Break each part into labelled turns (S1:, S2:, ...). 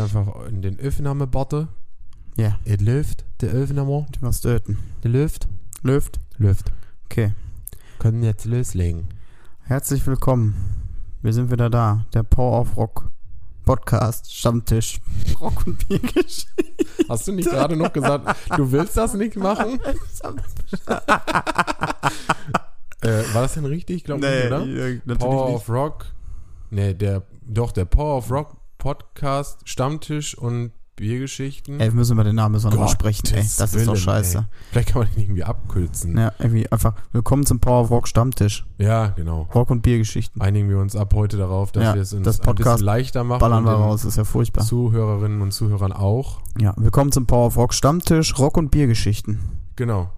S1: einfach in den Aufnahmebutton.
S2: Ja.
S1: Es läuft, die Aufnahme.
S2: Du machst Döten.
S1: Die läuft,
S2: Läuft.
S1: läuft.
S2: Okay.
S1: Können jetzt loslegen.
S2: Herzlich willkommen. Wir sind wieder da. Der Power of Rock Podcast Stammtisch. Rock und Biergeschichte.
S1: Hast du nicht gerade noch gesagt, du willst das nicht machen? Äh, war das denn richtig? Ich glaube nicht, oder?
S2: natürlich
S1: Power
S2: nicht.
S1: of Rock. Nee, der, doch, der Power of Rock Podcast, Stammtisch und Biergeschichten.
S2: Ey, wir müssen über den Namen besonders
S1: Gottes
S2: sprechen, ey. Das ist
S1: Willen,
S2: doch scheiße.
S1: Vielleicht kann man den irgendwie abkürzen.
S2: Ja, irgendwie einfach, willkommen zum Power of Rock Stammtisch.
S1: Ja, genau.
S2: Rock und Biergeschichten.
S1: Einigen wir uns ab heute darauf, dass
S2: Ja,
S1: wir es uns
S2: das
S1: ein
S2: Podcast
S1: bisschen leichter machen.
S2: Ballern wir
S1: und den
S2: raus, ist ja furchtbar.
S1: Zuhörerinnen und Zuhörern auch.
S2: Ja, willkommen zum Power of Rock Stammtisch, Rock und Biergeschichten.
S1: Genau.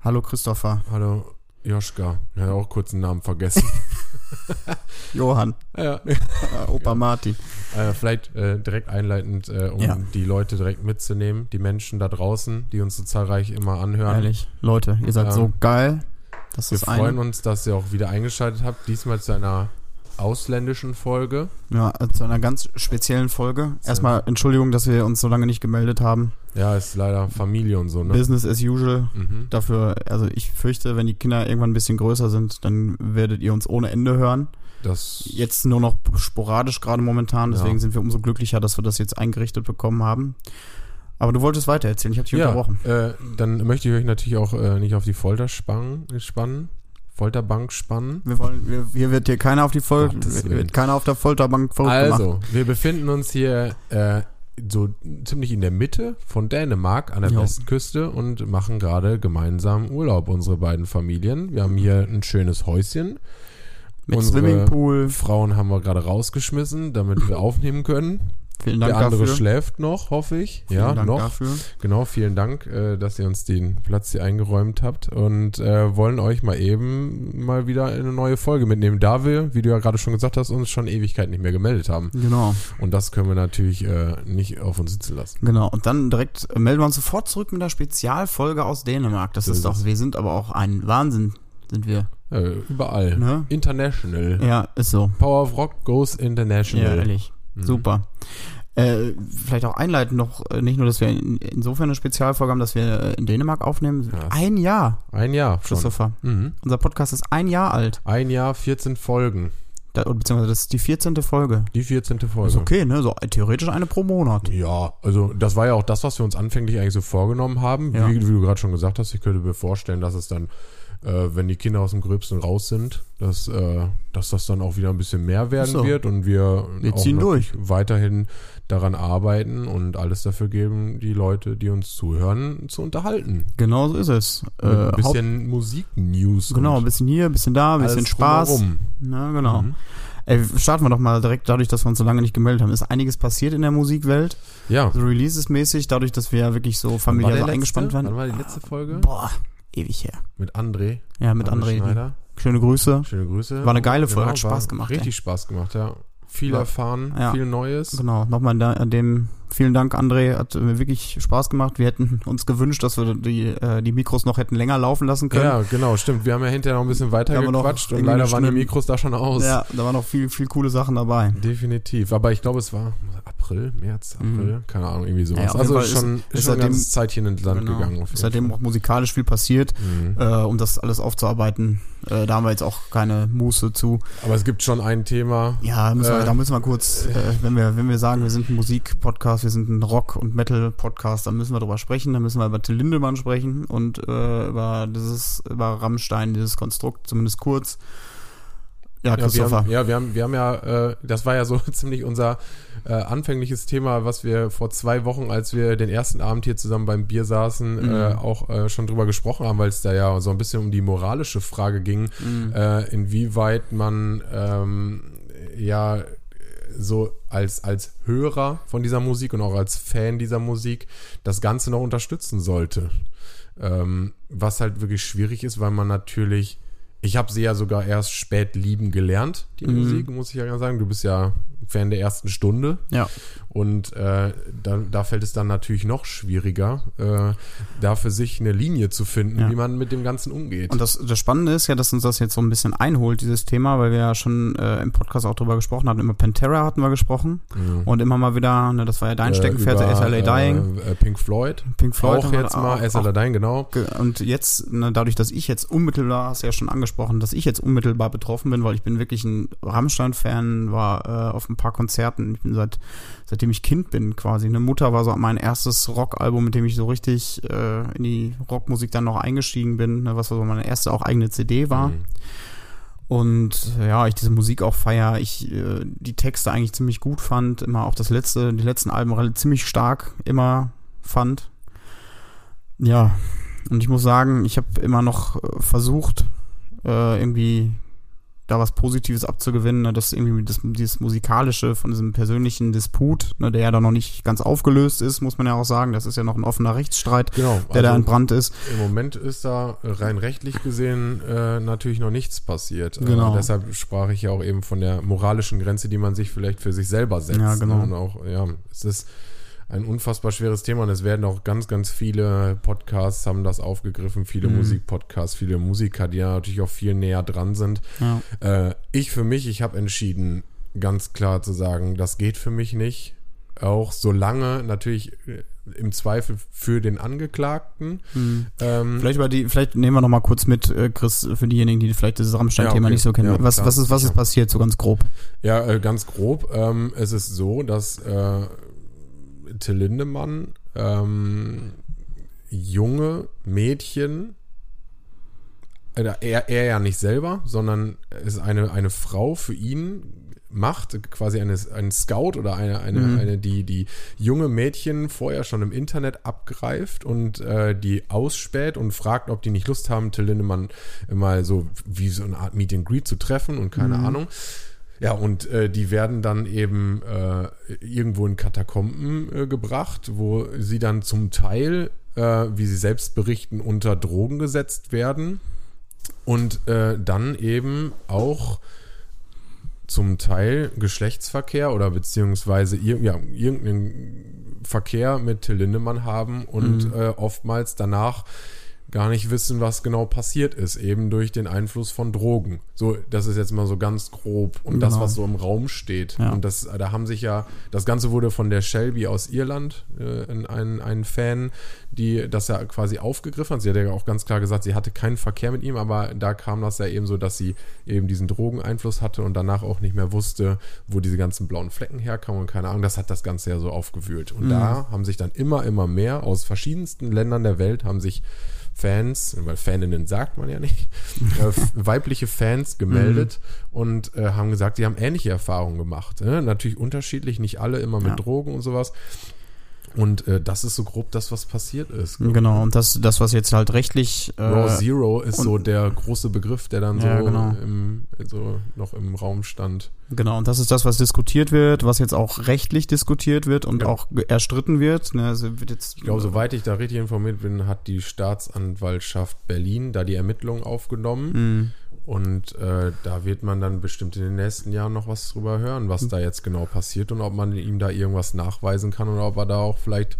S2: Hallo Christopher.
S1: Hallo, Joschka. Ich hatte auch kurz einen Namen vergessen.
S2: Johann.
S1: ja.
S2: Äh, Opa Martin.
S1: Äh, vielleicht äh, direkt einleitend, äh, um
S2: Ja.
S1: die Leute direkt mitzunehmen, die Menschen da draußen, die uns so zahlreich immer anhören.
S2: Ehrlich, Leute, ihr seid
S1: Ja.
S2: so geil. Das
S1: Wir
S2: ist ein,
S1: freuen uns, dass ihr auch wieder eingeschaltet habt. Diesmal zu einer ausländischen Folge.
S2: Ja, zu einer ganz speziellen Folge. Erstmal Entschuldigung, dass wir uns so lange nicht gemeldet haben.
S1: Ja, ist leider Familie und so, ne?
S2: Business as usual.
S1: Mhm.
S2: Dafür, also ich fürchte, wenn die Kinder irgendwann ein bisschen größer sind, dann werdet ihr uns ohne Ende hören.
S1: Das
S2: Jetzt nur noch sporadisch gerade momentan, deswegen
S1: Ja.
S2: sind wir umso glücklicher, dass wir das jetzt eingerichtet bekommen haben. Aber du wolltest weiter erzählen, ich habe dich unterbrochen.
S1: Äh, dann möchte ich euch natürlich auch äh, nicht auf die Folter spannen, spannen, Folterbank spannen.
S2: Wir wollen, wir, hier wird dir keiner auf die Fol
S1: Gottes Willen.
S2: wird keiner auf der Folterbank verrückt gemacht.
S1: Also, wir befinden uns hier äh, so ziemlich in der Mitte von Dänemark an der
S2: Jo.
S1: Westküste und machen gerade gemeinsam Urlaub, unsere beiden Familien. Wir haben hier ein schönes Häuschen.
S2: Mit
S1: unsere-
S2: Swimmingpool.
S1: Frauen haben wir gerade rausgeschmissen, damit wir aufnehmen können.
S2: Vielen Dank
S1: der andere
S2: dafür.
S1: schläft noch, hoffe ich.
S2: Vielen
S1: ja,
S2: Dank
S1: noch.
S2: dafür.
S1: Genau, vielen Dank, äh, dass ihr uns den Platz hier eingeräumt habt und äh, wollen euch mal eben mal wieder in eine neue Folge mitnehmen, da wir, wie du ja gerade schon gesagt hast, uns schon Ewigkeit nicht mehr gemeldet haben.
S2: Genau.
S1: Und das können wir natürlich äh, nicht auf uns sitzen lassen.
S2: Genau, und dann direkt melden wir uns sofort zurück mit einer Spezialfolge aus Dänemark. Das
S1: So
S2: ist
S1: ist
S2: doch, wir sind aber auch ein Wahnsinn, sind wir.
S1: Äh, überall.
S2: Ne?
S1: International.
S2: Ja, ist so.
S1: Power of Rock goes
S2: Ja,
S1: international.
S2: ehrlich. Super. Äh, vielleicht auch einleitend noch, äh, nicht nur, dass wir in, insofern eine Spezialfolge haben, dass wir äh, in Dänemark aufnehmen.
S1: Ja.
S2: Ein Jahr,
S1: Ein Jahr schon.
S2: Christopher.
S1: Mhm.
S2: Unser Podcast ist ein Jahr alt.
S1: Ein Jahr, 14 Folgen.
S2: Da, beziehungsweise das ist die 14. Folge.
S1: Die 14. Folge.
S2: Ist okay, ne? So äh, theoretisch eine pro Monat.
S1: Ja, also das war ja auch das, was wir uns anfänglich eigentlich so vorgenommen haben.
S2: Ja.
S1: Wie, wie du gerade schon gesagt hast, ich könnte mir vorstellen, dass es dann, äh, wenn die Kinder aus dem Gröbsten raus sind, dass, äh, dass das dann auch wieder ein bisschen mehr werden
S2: So.
S1: wird und wir,
S2: Wir
S1: auch
S2: ziehen
S1: noch
S2: durch.
S1: weiterhin daran arbeiten und alles dafür geben, die Leute, die uns zuhören, zu unterhalten.
S2: Genau so ist es. Äh,
S1: Mit ein
S2: Haupt,
S1: bisschen Musik-News.
S2: genau, ein
S1: und
S2: bisschen hier, ein bisschen da, ein bisschen
S1: alles
S2: Spaß.
S1: drumherum.
S2: Na, genau.
S1: Mhm.
S2: Ey, starten wir doch mal direkt dadurch, dass wir uns so lange nicht gemeldet haben. Ist einiges passiert in der Musikwelt.
S1: Ja.
S2: So Releases-mäßig, dadurch, dass wir ja wirklich so
S1: Wann
S2: familiär
S1: der
S2: so eingespannt
S1: letzte? Wann
S2: waren.
S1: war die letzte Folge?
S2: Boah, ewig her.
S1: Mit André.
S2: Ja, mit André.
S1: Schneider.
S2: Schöne Grüße.
S1: Schöne Grüße.
S2: War eine geile Folge,
S1: Genau,
S2: hat Spaß
S1: war
S2: gemacht.
S1: Richtig Spaß gemacht, ja. Viel
S2: War-
S1: erfahren,
S2: ja.
S1: viel
S2: Ey.
S1: Neues.
S2: Genau, nochmal da- an dem vielen Dank, André. Hat mir wirklich Spaß gemacht. Wir hätten uns gewünscht, dass wir die, äh, die Mikros noch hätten länger laufen lassen können.
S1: Ja, genau, stimmt. Wir haben ja hinterher noch ein bisschen
S2: Da
S1: weiter
S2: haben wir noch
S1: gequatscht und
S2: irgendwie
S1: leider
S2: eine
S1: waren die
S2: Stunde-
S1: Mikros da schon aus.
S2: da waren noch viel, viel coole Sachen dabei.
S1: Definitiv. Aber ich glaube, es war April, März,
S2: Mhm.
S1: April, keine Ahnung, irgendwie sowas.
S2: Ja, auf jeden
S1: also
S2: Fall
S1: ist schon,
S2: ist
S1: ist schon ein
S2: seitdem-
S1: ganzes Zeitchen ins Land
S2: Genau.
S1: gegangen. Auf jeden
S2: Ist seitdem auch musikalisch viel passiert.
S1: Fall. Mhm.
S2: Äh, um das alles aufzuarbeiten, äh, da haben wir jetzt auch keine Muße zu.
S1: Aber es gibt schon ein Thema.
S2: Ja, müssen wir,
S1: Äh,
S2: da müssen wir kurz, äh, wenn, wir, wenn wir sagen, wir sind ein Musik-Podcast, wir sind ein Rock- und Metal-Podcast, dann müssen wir drüber sprechen, dann müssen wir über Till Lindemann sprechen und äh, über, dieses, über Rammstein, dieses Konstrukt, zumindest kurz. Ja,
S1: Ja, wir
S2: Christopher.
S1: haben, ja, wir haben, wir haben ja, äh, das war ja so ziemlich unser äh, anfängliches Thema, was wir vor zwei Wochen, als wir den ersten Abend hier zusammen beim Bier saßen,
S2: Mhm.
S1: äh, auch äh, schon drüber gesprochen haben, weil es da ja so ein bisschen um die moralische Frage ging,
S2: Mhm.
S1: äh, inwieweit man ähm, ja so als, als Hörer von dieser Musik und auch als Fan dieser Musik das Ganze noch unterstützen sollte. Ähm, was halt wirklich schwierig ist, weil man natürlich, ich habe sie ja sogar erst spät lieben gelernt, die
S2: Mhm.
S1: Musik, muss ich ja sagen. Du bist ja während der ersten Stunde.
S2: Ja.
S1: Und äh, da, da fällt es dann natürlich noch schwieriger, äh, da für sich eine Linie zu finden,
S2: Ja.
S1: wie man mit dem Ganzen umgeht.
S2: Und das, das Spannende ist ja, dass uns das jetzt so ein bisschen einholt, dieses Thema, weil wir ja schon äh, im Podcast auch drüber gesprochen hatten. Über Pantera hatten wir gesprochen
S1: Mhm.
S2: und immer mal wieder, ne, das war ja dein Steckenpferd,
S1: Äh, über,
S2: SLA Dying,
S1: Äh, Pink Floyd.
S2: Pink Floyd.
S1: auch
S2: haben wir
S1: jetzt
S2: da
S1: mal,
S2: auch,
S1: SLA Dying, genau.
S2: Ge- Und jetzt, ne, dadurch, dass ich jetzt unmittelbar, hast du ja schon angesprochen, dass ich jetzt unmittelbar betroffen bin, weil ich bin wirklich ein Rammstein-Fan, war äh, auf ein paar Konzerten. Ich bin seit, seitdem ich Kind bin quasi. Eine Mutter war so mein erstes Rockalbum, mit dem ich so richtig äh, in die Rockmusik dann noch eingestiegen bin, ne, was so meine erste auch eigene CD war.
S1: Mhm.
S2: Und ja, ich diese Musik auch feier. Ich äh, die Texte eigentlich ziemlich gut fand, immer auch das letzte, die letzten Alben rel- ziemlich stark immer fand. Ja, und ich muss sagen, ich habe immer noch äh, versucht, äh, irgendwie da was Positives abzugewinnen, ne, dass irgendwie das, dieses musikalische von diesem persönlichen Disput, ne, der ja da noch nicht ganz aufgelöst ist, muss man ja auch sagen, das ist ja noch ein offener Rechtsstreit,
S1: Genau.
S2: der da entbrannt ist.
S1: Im Moment ist da äh, rein rechtlich gesehen äh, natürlich noch nichts passiert. Äh,
S2: Genau.
S1: deshalb sprach ich ja auch eben von der moralischen Grenze, die man sich vielleicht für sich selber setzt.
S2: Ja, genau.
S1: ne? Und auch, ja, es ist ein unfassbar schweres Thema und es werden auch ganz, ganz viele Podcasts haben das aufgegriffen, viele
S2: Mhm.
S1: Musikpodcasts, viele Musiker, die ja natürlich auch viel näher dran sind.
S2: Ja.
S1: Äh, ich für mich, ich habe entschieden, ganz klar zu sagen, das geht für mich nicht. Auch solange natürlich äh, im Zweifel für den Angeklagten.
S2: Hm.
S1: Ähm,
S2: Vielleicht über die, vielleicht nehmen wir noch mal kurz mit, äh, Chris, für diejenigen, die vielleicht dieses Rammstein-Thema
S1: Ja, okay.
S2: nicht so kennen.
S1: Ja,
S2: was,
S1: klar,
S2: was ist, was ist
S1: sicher.
S2: passiert, so ganz grob?
S1: Ja, äh, ganz grob. Ähm, es ist so, dass äh, Till Lindemann ähm, junge Mädchen, äh, er, er ja nicht selber, sondern es eine, eine Frau für ihn macht, quasi eine, ein Scout oder eine, eine,
S2: Mhm.
S1: eine die, die junge Mädchen vorher schon im Internet abgreift und äh, die ausspäht und fragt, ob die nicht Lust haben, Till Lindemann mal so wie so eine Art Meet and Greet zu treffen und keine Ahnung. Ja, und äh, die werden dann eben äh, irgendwo in Katakomben äh, gebracht, wo sie dann zum Teil, äh, wie sie selbst berichten, unter Drogen gesetzt werden und äh, dann eben auch zum Teil Geschlechtsverkehr oder beziehungsweise ir ja, irgendeinen Verkehr mit Till Lindemann haben und äh, oftmals danach gar nicht wissen, was genau passiert ist, eben durch den Einfluss von Drogen. So, das ist jetzt mal so ganz grob und das,
S2: Genau.
S1: was so im Raum steht.
S2: Ja.
S1: Und das, da haben sich ja, das Ganze wurde von der Shelby aus Irland, äh, in einen, einen Fan, die das ja quasi aufgegriffen hat. Sie hat ja auch ganz klar gesagt, sie hatte keinen Verkehr mit ihm, aber da kam das ja eben so, dass sie eben diesen Drogeneinfluss hatte und danach auch nicht mehr wusste, wo diese ganzen blauen Flecken herkamen und keine Ahnung. Das hat das Ganze ja so aufgewühlt. Und da haben sich dann immer, immer mehr aus verschiedensten Ländern der Welt haben sich Fans, weil Faninnen sagt man ja nicht, äh, f- weibliche Fans gemeldet und äh, haben gesagt, die haben ähnliche Erfahrungen gemacht. Ne? Natürlich unterschiedlich, nicht alle immer mit
S2: Ja.
S1: Drogen und sowas. Und äh, das ist so grob das, was passiert ist. ne?
S2: Genau, und das, das, was jetzt halt rechtlich, äh,
S1: Raw Zero ist
S2: und-
S1: so der große Begriff, der dann so,
S2: Ja, genau.
S1: im, so noch im Raum stand.
S2: genau, und das ist das, was diskutiert wird, was jetzt auch rechtlich diskutiert wird und
S1: Ja.
S2: auch ge- erstritten wird. Ne, also wird jetzt,
S1: Ich glaube, soweit ich da richtig informiert bin, hat die Staatsanwaltschaft Berlin da die Ermittlungen aufgenommen.
S2: Hm.
S1: Und äh, da wird man dann bestimmt in den nächsten Jahren noch was drüber hören, was da jetzt genau passiert und ob man ihm da irgendwas nachweisen kann oder ob er da auch vielleicht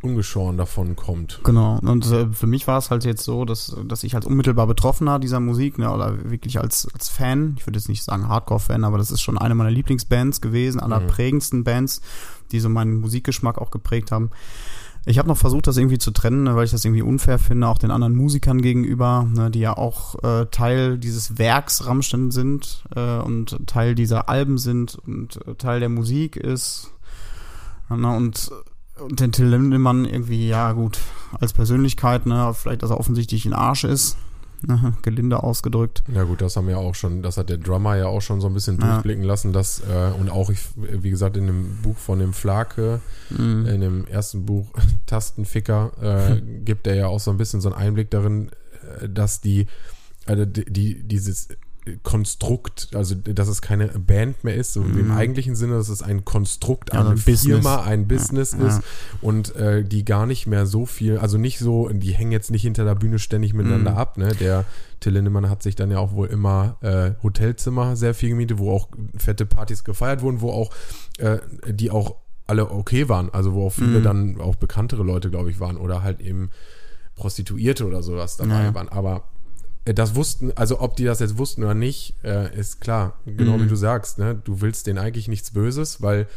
S1: ungeschoren davon kommt.
S2: Genau. Und äh, für mich war es halt jetzt so, dass, dass ich als unmittelbar Betroffener dieser Musik, ne, oder wirklich als, als Fan, ich würde jetzt nicht sagen Hardcore-Fan, aber das ist schon eine meiner Lieblingsbands gewesen, einer
S1: Mhm.
S2: prägendsten Bands, die so meinen Musikgeschmack auch geprägt haben. Ich habe noch versucht, das irgendwie zu trennen, ne, weil ich das irgendwie unfair finde, auch den anderen Musikern gegenüber, ne, die ja auch äh, Teil dieses Werks Rammstein sind äh, und Teil dieser Alben sind und äh, Teil der Musik ist. Ne, und, und den Till Lindemann irgendwie, ja gut, als Persönlichkeit, ne, vielleicht, dass er offensichtlich ein Arsch ist, ne, gelinde ausgedrückt.
S1: Ja gut, das haben wir auch schon, das hat der Drummer ja auch schon so ein bisschen
S2: Ja.
S1: durchblicken lassen, dass äh, und auch ich, wie gesagt, in dem Buch von dem Flake,
S2: Mhm.
S1: in dem ersten Buch Tastenficker, äh, gibt er ja auch so ein bisschen so einen Einblick darin, äh, dass die, also die, die dieses Konstrukt, also dass es keine Band mehr ist, so
S2: Mhm.
S1: im eigentlichen Sinne, dass es ein Konstrukt,
S2: Ja, so
S1: eine
S2: ein Business.
S1: Firma, ein Business
S2: Ja.
S1: ist und äh, die gar nicht mehr so viel, also nicht so, die hängen jetzt nicht hinter der Bühne ständig miteinander
S2: Mhm.
S1: ab. Ne? Der Till Lindemann hat sich dann ja auch wohl immer äh, Hotelzimmer sehr viel gemietet, wo auch fette Partys gefeiert wurden, wo auch äh, die auch alle okay waren, also wo auch viele
S2: Mhm.
S1: dann auch bekanntere Leute, glaube ich, waren oder halt eben Prostituierte oder sowas dabei
S2: Ja.
S1: waren. Aber äh, das wussten, also ob die das jetzt wussten oder nicht, äh, ist klar. Genau
S2: Mhm.
S1: wie du sagst, ne? du willst denen eigentlich nichts Böses, weil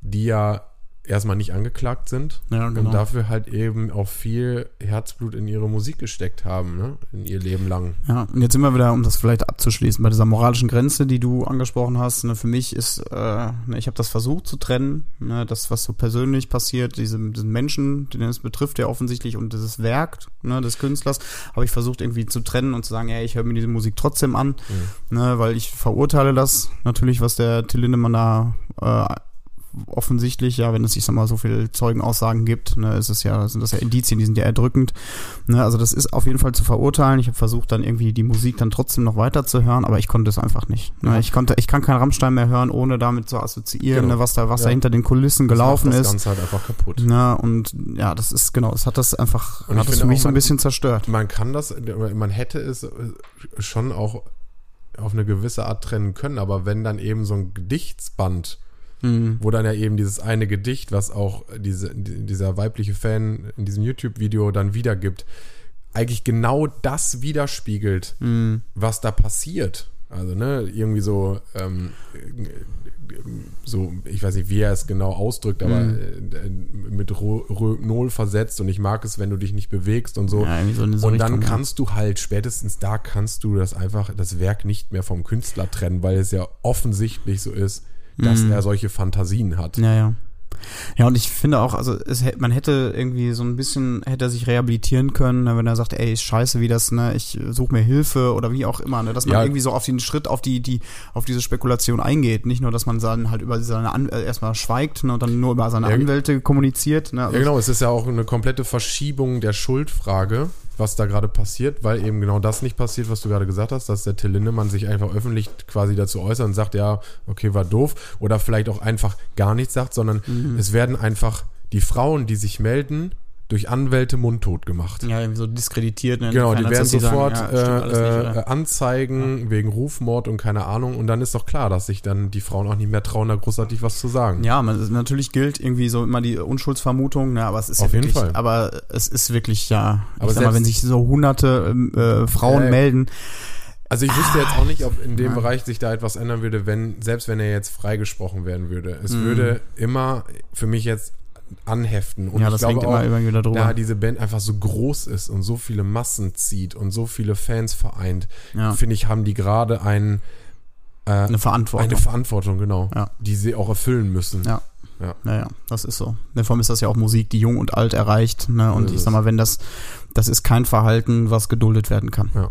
S1: die ja erstmal nicht angeklagt sind
S2: Ja, genau.
S1: und dafür halt eben auch viel Herzblut in ihre Musik gesteckt haben, ne? in ihr Leben lang.
S2: Ja, und jetzt sind wir wieder, um das vielleicht abzuschließen, bei dieser moralischen Grenze, die du angesprochen hast. Ne, für mich ist, äh, ne, ich habe das versucht zu trennen, ne, das, was so persönlich passiert, diesem, diesen Menschen, den es betrifft, ja offensichtlich, und dieses Werk ne, des Künstlers, habe ich versucht irgendwie zu trennen und zu sagen, ja, ich höre mir diese Musik trotzdem an, ne, weil ich verurteile das natürlich, was der Till Lindemann da äh, offensichtlich, ja, wenn es, ich sag mal, so viele Zeugenaussagen gibt, ne, ist es ja, sind das ja Indizien, die sind ja erdrückend. Ne, also das ist auf jeden Fall zu verurteilen. Ich habe versucht, dann irgendwie die Musik dann trotzdem noch weiterzuhören, aber ich konnte es einfach nicht. Ne, ich konnte, ich kann kein Rammstein mehr hören, ohne damit zu assoziieren,
S1: Genau.
S2: ne, was da, was da
S1: Ja.
S2: hinter den Kulissen
S1: Das
S2: gelaufen
S1: macht das
S2: ist.
S1: Ganze halt einfach kaputt.
S2: Ne, und ja, das ist genau, es hat das einfach,
S1: Und ich
S2: hat das
S1: finde
S2: für mich
S1: auch,
S2: so ein
S1: man-
S2: bisschen zerstört.
S1: Man kann das, man hätte es äh, schon auch auf eine gewisse Art trennen können, aber wenn dann eben so ein Gedichtsband
S2: Mhm.
S1: wo dann ja eben dieses eine Gedicht, was auch diese, die- dieser weibliche Fan in diesem YouTube-Video dann wiedergibt, eigentlich genau das widerspiegelt,
S2: Mhm.
S1: was da passiert. Also, ne, irgendwie so, ähm, so, ich weiß nicht, wie er es genau ausdrückt, aber
S2: Mhm.
S1: äh, mit Ro- Rohypnol versetzt und ich mag es, wenn du dich nicht bewegst und so.
S2: Ja, irgendwie so in diese
S1: Und dann
S2: Richtung, ja.
S1: kannst du halt, spätestens da kannst du das einfach, das Werk nicht mehr vom Künstler trennen, weil es ja offensichtlich so ist, dass er solche Fantasien hat.
S2: Mhm. Ja, ja. Ja, und ich finde auch, also es, hätt- man hätte irgendwie so ein bisschen, hätte er sich rehabilitieren können, ne, wenn er sagt, ey, ist scheiße, wie das, ne, ich suche mir Hilfe oder wie auch immer, ne, dass man
S1: Ja.
S2: irgendwie so auf den Schritt, auf die, die, auf diese Spekulation eingeht. Nicht nur, dass man dann halt über seine, An äh, erstmal schweigt, ne, und dann nur über seine
S1: Ja.
S2: Anwälte kommuniziert, ne. Also,
S1: Ja, genau, es ist ja auch eine komplette Verschiebung der Schuldfrage, was da gerade passiert, weil eben genau das nicht passiert, was du gerade gesagt hast, dass der Till Lindemann sich einfach öffentlich quasi dazu äußert und sagt, ja, okay, war doof, oder vielleicht auch einfach gar nichts sagt, sondern
S2: Mhm.
S1: es werden einfach die Frauen, die sich melden, durch Anwälte mundtot gemacht.
S2: Ja, irgendwie so diskreditiert, ne.
S1: Genau, die
S2: insofern,
S1: werden
S2: als dass sie
S1: sofort
S2: sagen, ja, stimmt alles
S1: äh,
S2: nicht,
S1: äh,
S2: oder?
S1: anzeigen wegen Rufmord und keine Ahnung. Und dann ist doch klar, dass sich dann die Frauen auch nicht mehr trauen, da großartig was zu sagen.
S2: Ja, man, natürlich gilt irgendwie so immer die Unschuldsvermutung, ne, aber es ist
S1: Auf
S2: ja
S1: jeden
S2: wirklich,
S1: Fall.
S2: aber es ist wirklich ja,
S1: Aber
S2: ich sag mal,
S1: selbst-
S2: wenn sich so hunderte ähm, äh, Frauen
S1: Äh,
S2: melden,
S1: Also ich wüsste jetzt auch nicht, ob in dem
S2: Ja.
S1: Bereich sich da etwas ändern würde, wenn, selbst wenn er jetzt freigesprochen werden würde.
S2: Mhm.
S1: Es würde immer für mich jetzt anheften. Und
S2: ja,
S1: ich
S2: das
S1: glaube
S2: hängt immer
S1: auch,
S2: irgendwie wieder drüber.
S1: da diese Band einfach so groß ist und so viele Massen zieht und so viele Fans vereint,
S2: ja,
S1: finde ich, haben die gerade einen, äh,
S2: eine Verantwortung.
S1: eine Verantwortung, genau,
S2: Ja.
S1: die sie auch erfüllen müssen.
S2: Ja. naja, das ist so. In der Form ist das ja auch Musik, die jung und alt erreicht. Ne? Und
S1: So
S2: ich
S1: ist
S2: sag mal, wenn das, das ist kein Verhalten, was geduldet werden kann.
S1: Ja.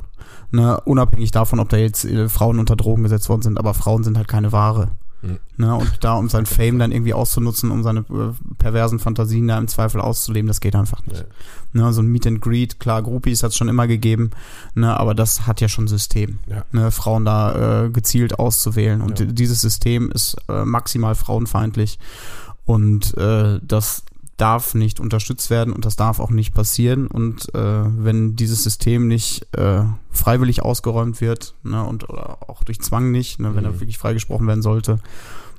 S2: Ne? Unabhängig davon, ob da jetzt äh, Frauen unter Drogen gesetzt worden sind, aber Frauen sind halt keine Ware.
S1: Mhm.
S2: Ne? Und da, um sein Fame dann irgendwie auszunutzen, um seine äh, perversen Fantasien da im Zweifel auszuleben, das geht einfach nicht. Ne? So ein Meet and Greet, klar, Groupies hat es schon immer gegeben, ne? aber das hat ja schon System.
S1: Ja.
S2: Ne? Frauen da äh, gezielt auszuwählen. Und
S1: Ja.
S2: dieses System ist äh, maximal frauenfeindlich. Und äh, das darf nicht unterstützt werden und das darf auch nicht passieren. Und äh, wenn dieses System nicht äh, freiwillig ausgeräumt wird ne, und oder auch durch Zwang nicht, ne, wenn
S1: Mhm.
S2: er wirklich freigesprochen werden sollte,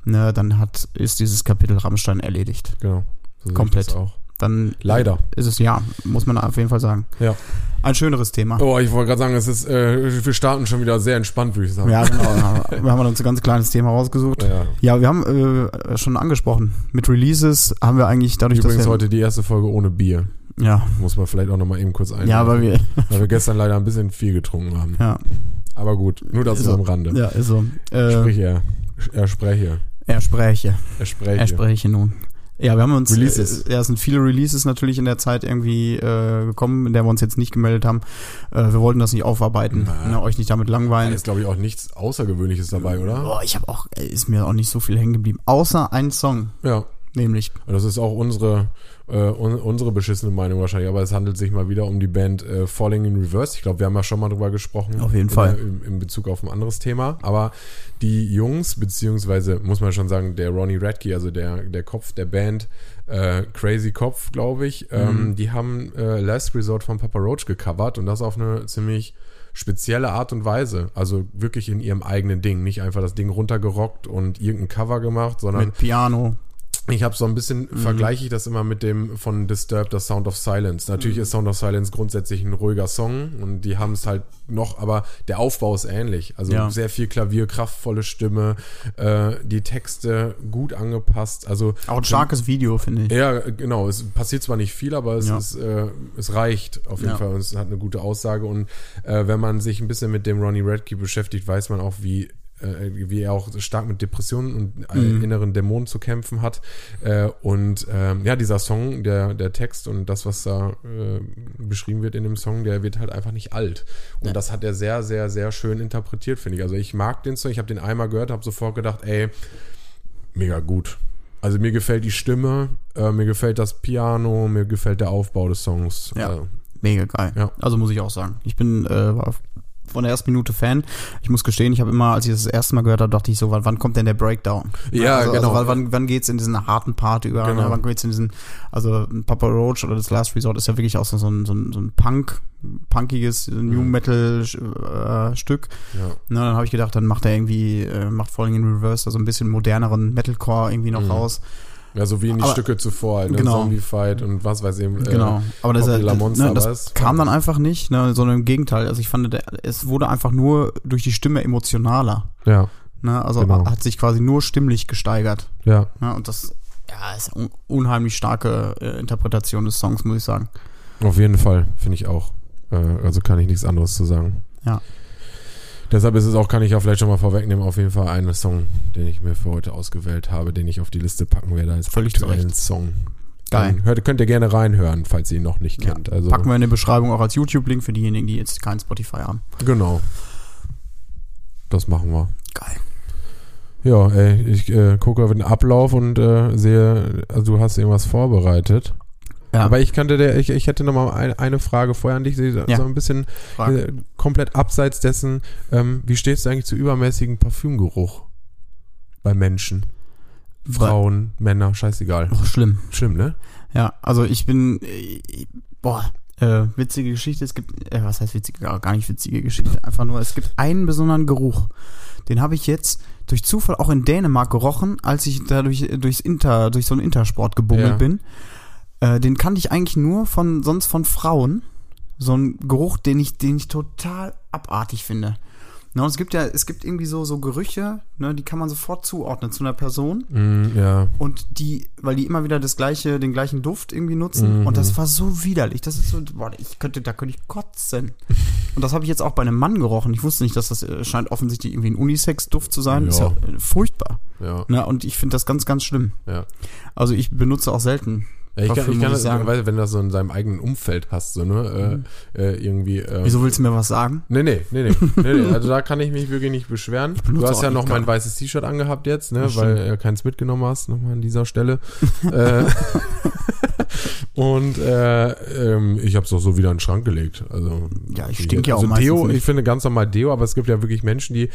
S2: ne, dann hat, ist dieses Kapitel Rammstein erledigt.
S1: Genau. So sehe ich
S2: Komplett.
S1: das Auch.
S2: Dann
S1: Leider.
S2: ist es ja, muss man auf jeden Fall sagen.
S1: Ja.
S2: Ein schöneres Thema.
S1: Oh, ich wollte gerade sagen, es ist, äh, wir starten schon wieder sehr entspannt, würde ich sagen.
S2: Ja, genau. wir haben uns ein ganz kleines Thema rausgesucht.
S1: Ja.
S2: Ja, wir haben äh, schon angesprochen. Mit Releases haben wir eigentlich dadurch,
S1: Übrigens
S2: dass wir
S1: heute die erste Folge ohne Bier.
S2: ja,
S1: Muss man vielleicht auch nochmal eben kurz ein.
S2: ja, weil wir
S1: Weil wir gestern leider ein bisschen viel getrunken haben.
S2: ja,
S1: Aber gut, nur das
S2: Ist
S1: ist am Rande.
S2: ja, ist so. Äh,
S1: Sprich er. Er spreche.
S2: er spreche.
S1: Er spreche.
S2: Er spreche nun. Ja, wir haben uns.
S1: Releases.
S2: Äh, ja, es sind viele Releases natürlich in der Zeit irgendwie äh, gekommen, in der wir uns jetzt nicht gemeldet haben. Äh, wir wollten das nicht aufarbeiten,
S1: Na.
S2: ne, euch nicht damit
S1: Da
S2: langweilen.
S1: ist, glaube ich, auch nichts Außergewöhnliches dabei, oder?
S2: Boah, ich habe auch, äh, ist mir auch nicht so viel hängen geblieben. Außer ein Song.
S1: Ja.
S2: Nämlich.
S1: Das ist auch unsere, äh, un unsere beschissene Meinung wahrscheinlich, aber es handelt sich mal wieder um die Band äh, Falling in Reverse. Ich glaube, wir haben ja schon mal drüber gesprochen.
S2: Auf jeden Fall.
S1: In, äh, in Bezug auf ein anderes Thema. Aber die Jungs, beziehungsweise muss man schon sagen, der Ronnie Radke, also der, der Kopf der Band, äh, Crazy Kopf, glaube ich,
S2: Mhm.
S1: ähm, die haben äh, Last Resort von Papa Roach gecovert und das auf eine ziemlich spezielle Art und Weise. Also wirklich in ihrem eigenen Ding. Nicht einfach das Ding runtergerockt und irgendein Cover gemacht, sondern
S2: Mit Piano.
S1: ich habe so ein bisschen, vergleiche ich das immer mit dem von Disturbed, das Sound of Silence. Natürlich ist Sound of Silence grundsätzlich ein ruhiger Song und die haben es halt noch, aber der Aufbau ist ähnlich. Also
S2: Ja.
S1: sehr viel Klavier, kraftvolle Stimme, äh, die Texte gut angepasst. Also
S2: Auch ein starkes Video, finde ich.
S1: ja, genau. Es passiert zwar nicht viel, aber es,
S2: Hm. Ja.
S1: ist, äh, es reicht auf jeden
S2: Ja.
S1: Fall und es hat eine gute Aussage. Und äh, wenn man sich ein bisschen mit dem Ronnie Radke beschäftigt, weiß man auch, wie, äh, wie er auch stark mit Depressionen und äh,
S2: Mhm.
S1: inneren Dämonen zu kämpfen hat. Äh, und ähm, ja, dieser Song, der, der Text und das, was da äh, beschrieben wird in dem Song, der wird halt einfach nicht alt. Und das hat er sehr, sehr, sehr schön interpretiert, finde ich. Also ich mag den Song, ich habe den einmal gehört, habe sofort gedacht, ey, mega gut. Also mir gefällt die Stimme, äh, mir gefällt das Piano, mir gefällt der Aufbau des Songs.
S2: Ja.
S1: Also,
S2: Mega geil.
S1: Ja.
S2: Also muss ich auch sagen. Ich bin äh, war von der ersten Minute Fan. Ich muss gestehen, ich habe immer, als ich das, das erste Mal gehört habe, dachte ich so, wann, wann kommt denn der Breakdown?
S1: Ja,
S2: also,
S1: genau.
S2: Also, wann, wann geht's in diesen harten Part über?
S1: Genau.
S2: ne? Wann geht's in diesen, also Papa Roach oder das Last Resort ist ja wirklich auch so, so, ein, so, ein, so ein Punk, punkiges New Metal äh, Stück.
S1: ja.
S2: Na, dann habe ich gedacht, dann macht er irgendwie, äh, macht Falling in Reverse, also ein bisschen moderneren Metalcore irgendwie
S1: Mhm.
S2: noch raus.
S1: ja, so wie in die
S2: Aber-
S1: Stücke zuvor, halt, ne?
S2: Genau.
S1: Zombie Fight und was weiß ich. Äh,
S2: Genau. Aber das,
S1: Popular
S2: das-
S1: Monster,
S2: ne, das
S1: aber es-
S2: kam dann einfach nicht, ne, sondern im Gegenteil. Also ich fand, der, es wurde einfach nur durch die Stimme emotionaler.
S1: Ja,
S2: Ne? Also
S1: Genau.
S2: hat sich quasi nur stimmlich gesteigert.
S1: ja.
S2: Ne? Und das ja, ist un unheimlich starke äh, Interpretation des Songs, muss ich sagen.
S1: Auf jeden Fall, finde ich auch. Äh, also kann ich nichts anderes zu sagen.
S2: Ja.
S1: Deshalb ist es auch, kann ich ja vielleicht schon mal vorwegnehmen, auf jeden Fall einen Song, den ich mir für heute ausgewählt habe, den ich auf die Liste packen werde als
S2: Völlig zu
S1: aktuellen Song.
S2: Geil.
S1: Dann Hört, könnt ihr gerne reinhören, falls ihr ihn noch nicht
S2: Ja.
S1: kennt. Also,
S2: Packen wir in die Beschreibung auch als YouTube-Link für diejenigen, die jetzt keinen Spotify haben.
S1: Genau. Das machen wir.
S2: Geil.
S1: Ja, ey, ich äh, gucke auf den Ablauf und äh, sehe, also du hast irgendwas vorbereitet.
S2: Ja,
S1: Aber ich kannte der, ich, ich hätte nochmal ein, eine Frage vorher an dich, die so
S2: Ja.
S1: so ein bisschen
S2: Frag.
S1: äh, komplett abseits dessen, ähm, wie stehst du eigentlich zu übermäßigem Parfümgeruch bei Menschen? Frauen, Männer, scheißegal.
S2: Oh, schlimm.
S1: Schlimm, ne?
S2: Ja, also ich bin, äh, boah, äh, witzige Geschichte. Es gibt, äh, was heißt witzige, gar gar nicht witzige Geschichte. Einfach nur, es gibt einen besonderen Geruch. Den habe ich jetzt durch Zufall auch in Dänemark gerochen, als ich da durch, durchs Inter, durch so einen Intersport gebummelt
S1: Ja.
S2: bin. Äh, den kannte ich eigentlich nur von, sonst von Frauen. So ein Geruch, den ich, den ich total abartig finde. Na, und es gibt ja, es gibt irgendwie so, so Gerüche, ne, die kann man sofort zuordnen zu einer Person
S1: Mm, ja.
S2: und die, weil die immer wieder das gleiche, den gleichen Duft irgendwie nutzen und
S1: Mhm.
S2: das war so widerlich. Das ist so, boah, ich könnte, da könnte ich kotzen. Und das habe ich jetzt auch bei einem Mann gerochen. Ich wusste nicht, dass das äh, scheint offensichtlich irgendwie ein Unisex-Duft zu sein. Ist ja
S1: Ja.
S2: äh, furchtbar.
S1: Ja,
S2: Ne? Und ich finde das ganz, ganz schlimm.
S1: ja.
S2: Also ich benutze auch selten.
S1: Ja, ich kann,
S2: Parfüm,
S1: ich kann
S2: muss
S1: das
S2: ich sagen.
S1: weil wenn du das so in seinem eigenen Umfeld hast, so, ne? Äh, äh, irgendwie. ähm,
S2: Mhm. Wieso willst du mir was sagen?
S1: Nee, nee, nee, nee, nee, nee. Also da kann ich mich wirklich nicht beschweren. Du
S2: benutze
S1: hast ja
S2: auch
S1: noch
S2: nicht
S1: mein
S2: gar-
S1: weißes T-Shirt angehabt jetzt, ne?
S2: Das
S1: Weil äh, keins mitgenommen hast, nochmal an dieser Stelle. äh, und äh, ähm, ich habe es auch so wieder in den Schrank gelegt. Also
S2: Ja, ich stink ja auch
S1: also
S2: meistens
S1: Deo,
S2: nicht.
S1: ich finde ganz normal Deo, aber es gibt ja wirklich Menschen, die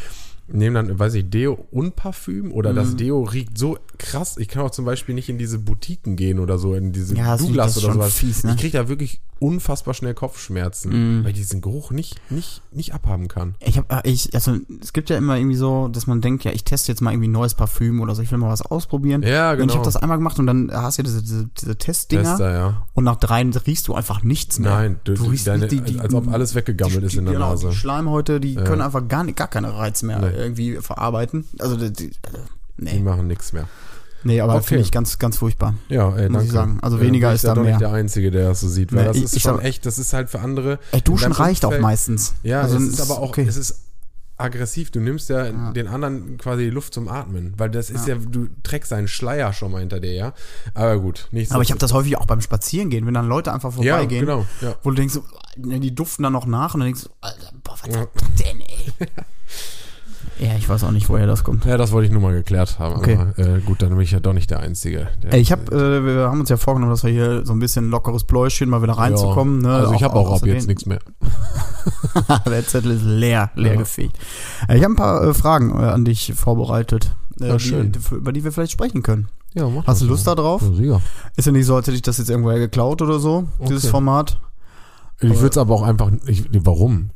S1: nehmen dann, weiß ich, Deo und Parfüm oder
S2: Mhm.
S1: das Deo riecht so krass. Ich kann auch zum Beispiel nicht in diese Boutiquen gehen oder so, in diese
S2: Ja, das riecht-
S1: Douglas
S2: das ist
S1: oder
S2: schon
S1: sowas.
S2: fies, ne? Mhm.
S1: Ich kriege da wirklich unfassbar schnell Kopfschmerzen, weil ich diesen Geruch nicht, nicht, nicht abhaben kann.
S2: Ich habe, ich, also es gibt ja immer irgendwie so, dass man denkt, ja, ich teste jetzt mal irgendwie ein neues Parfüm oder so, ich will mal was ausprobieren.
S1: Ja,
S2: Und ich
S1: genau.
S2: habe das einmal gemacht und dann hast du ja diese, diese, diese Testdinger.
S1: Tester, ja.
S2: Und nach dreien riechst du einfach nichts mehr.
S1: Nein, du,
S2: du riechst
S1: deine,
S2: nicht die, die,
S1: als ob alles weggegammelt
S2: die,
S1: ist in der
S2: genau,
S1: Nase.
S2: Die Schleimhäute, die können einfach gar, nicht- gar keine Reize mehr
S1: Nee.
S2: irgendwie verarbeiten. Also, die, die, also
S1: Die
S2: nee.
S1: machen nichts mehr.
S2: Nee, aber
S1: Okay.
S2: finde ich ganz, ganz furchtbar.
S1: Ja, ey,
S2: Muss
S1: danke. Äh,
S2: ich sagen. Also
S1: Ja,
S2: weniger
S1: bin ich
S2: ist
S1: da
S2: da
S1: doch
S2: mehr.
S1: nicht der Einzige, der das so sieht. Weil
S2: Nee,
S1: das
S2: ich-
S1: ist
S2: ich
S1: schon
S2: sag-
S1: echt, das ist halt für andere.
S2: Ey, Duschen
S1: in deinem
S2: reicht auch
S1: Umfeld-
S2: meistens.
S1: Ja,
S2: also,
S1: es ist aber auch,
S2: okay.
S1: es ist aggressiv. Du nimmst ja, den anderen quasi die Luft zum Atmen, weil das ist ja, du trägst seinen Schleier schon mal hinter dir, ja. Aber gut, nichts.
S2: aber ich habe das häufig auch beim Spazierengehen, wenn dann Leute einfach
S1: ja,
S2: vorbeigehen,
S1: genau. Ja.
S2: wo du denkst, so, ne, die duften dann noch nach und dann denkst du, Alter, boah, was hat der denn, ey? Ja, ich weiß auch nicht, woher das kommt.
S1: Ja, das wollte ich nur mal geklärt haben.
S2: Okay.
S1: Aber, äh, gut, dann bin ich ja doch nicht der Einzige. Der
S2: Äh, Ich habe, äh, wir haben uns ja vorgenommen, dass wir hier so ein bisschen lockeres Pläuschchen mal wieder reinzukommen. Ne?
S1: Also ich habe auch, ab
S2: außerdem-
S1: jetzt nichts mehr.
S2: Der Zettel ist leer, leer
S1: Ja.
S2: gefegt. Äh, ich habe ein paar äh, Fragen äh, an dich vorbereitet, äh,
S1: Ja, schön.
S2: Die, die, über die wir vielleicht sprechen können.
S1: Ja, mach
S2: Hast du
S1: das
S2: Lust
S1: mal.
S2: darauf?
S1: Ja, sicher.
S2: Ist ja nicht so, als hätte ich das jetzt irgendwoher geklaut oder so, dieses
S1: Okay.
S2: Format.
S1: Ich würde es aber auch einfach. Ich, warum?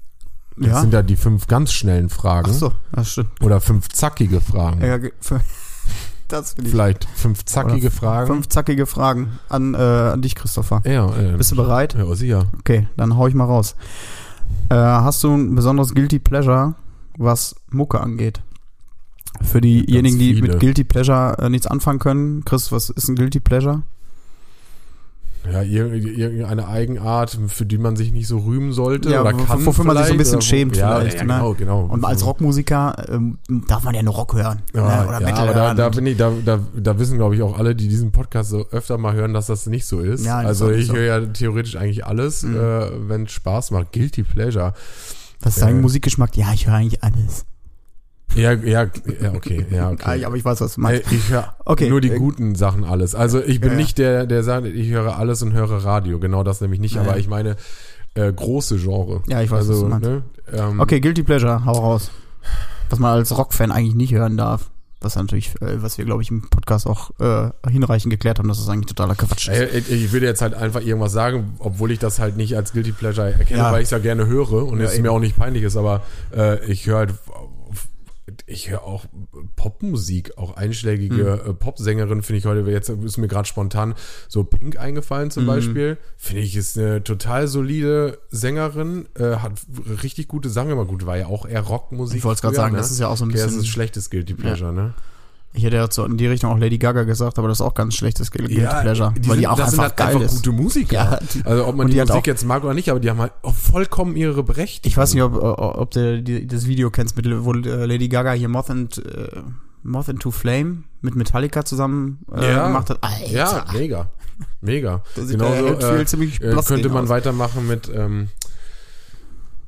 S1: Das
S2: Ja.
S1: sind ne? ja die fünf ganz schnellen Fragen
S2: Ach so, das stimmt.
S1: oder fünf zackige Fragen.
S2: Ja, ge- für- das finde ich.
S1: Vielleicht fünf zackige Fragen.
S2: Fünf zackige Fragen an, äh, an dich, Christopher.
S1: Ja, äh,
S2: Bist du bereit?
S1: ja, sicher.
S2: Okay, dann hau ich mal raus. Äh, hast du ein besonderes Guilty Pleasure, was Mucke angeht? Für diejenigen, die
S1: viele.
S2: mit Guilty Pleasure äh, nichts anfangen können, Chris, was ist ein Guilty Pleasure?
S1: Ja, ir- irgendeine Eigenart, für die man sich nicht so rühmen sollte
S2: Ja,
S1: oder
S2: wo-
S1: kann.
S2: wofür man sich so ein
S1: vielleicht,
S2: bisschen
S1: oder wo-
S2: schämt
S1: ja,
S2: vielleicht,
S1: Ja,
S2: ne?
S1: genau, genau.
S2: Und als Rockmusiker ähm, darf man ja nur Rock hören.
S1: Ja,
S2: ne? Oder
S1: ja,
S2: Metal
S1: aber da,
S2: hören.
S1: da bin ich, da, da, da wissen, glaube ich, auch alle, die diesen Podcast so öfter mal hören, dass das nicht so ist.
S2: Ja, das
S1: also
S2: ist auch
S1: ich
S2: nicht so.
S1: höre ja theoretisch eigentlich alles,
S2: Mhm.
S1: äh, wenn es Spaß macht. Guilty Pleasure.
S2: was ist dein
S1: äh,
S2: Musikgeschmack? Ja, ich höre eigentlich alles.
S1: Ja, ja, ja okay, ja, okay.
S2: Ah, aber ich weiß, was du meinst.
S1: Äh, Ich höre
S2: Okay,
S1: nur die
S2: äh,
S1: guten Sachen alles. Also ich bin
S2: Ja, ja.
S1: nicht der, der sagt, ich höre alles und höre Radio. Genau das nämlich nicht,
S2: Ja,
S1: aber
S2: ja.
S1: ich meine äh, große Genre.
S2: Ja, ich weiß, was du
S1: also,
S2: meinst.
S1: ne, ähm,
S2: Okay, Guilty Pleasure, hau raus. Was man als Rockfan eigentlich nicht hören darf. Was natürlich, äh, was wir, glaube ich, im Podcast auch äh, hinreichend geklärt haben, dass das eigentlich totaler Quatsch ist.
S1: Äh, Ich, ich würde jetzt halt einfach irgendwas sagen, obwohl ich das halt nicht als Guilty Pleasure erkenne,
S2: Ja.
S1: weil ich es ja gerne höre und
S2: Ja,
S1: es
S2: eben.
S1: mir auch nicht peinlich ist, aber äh, ich höre halt. Ich höre auch Popmusik, auch einschlägige
S2: Mhm.
S1: äh, Popsängerinnen finde ich heute, jetzt ist mir gerade spontan so Pink eingefallen
S2: Mhm.
S1: zum Beispiel. Finde ich, ist eine total solide Sängerin, äh, hat richtig gute Sachen gemacht. Gut, war ja auch eher Rockmusik.
S2: Ich wollte es gerade
S1: früher,
S2: sagen,
S1: ne?
S2: das ist ja auch so ein
S1: okay, das
S2: bisschen.
S1: ist ein schlechtes Guilty Pleasure, ne?
S2: ich hätte ja so in die Richtung auch Lady Gaga gesagt, aber das ist auch ganz schlechtes Guilty Pleasure.
S1: die
S2: weil
S1: sind,
S2: die auch
S1: das sind
S2: einfach
S1: halt
S2: geil
S1: einfach
S2: ist.
S1: gute Musiker.
S2: Ja, die-
S1: also ob man
S2: und
S1: die,
S2: die hat
S1: Musik
S2: auch-
S1: jetzt mag oder nicht, aber die haben halt auch vollkommen ihre Berechtigung.
S2: Ich weiß nicht, ob, ob du die- das Video kennst, mit, wo äh, Lady Gaga hier Moth and, äh, Moth and to Flame mit Metallica zusammen äh,
S1: Ja.
S2: gemacht hat. Alter,
S1: Ja, mega. Mega.
S2: da sieht der
S1: Genauso
S2: Hatfield
S1: äh,
S2: ziemlich
S1: äh,
S2: blass
S1: könnte
S2: gegen
S1: man
S2: aus.
S1: weitermachen mit ähm,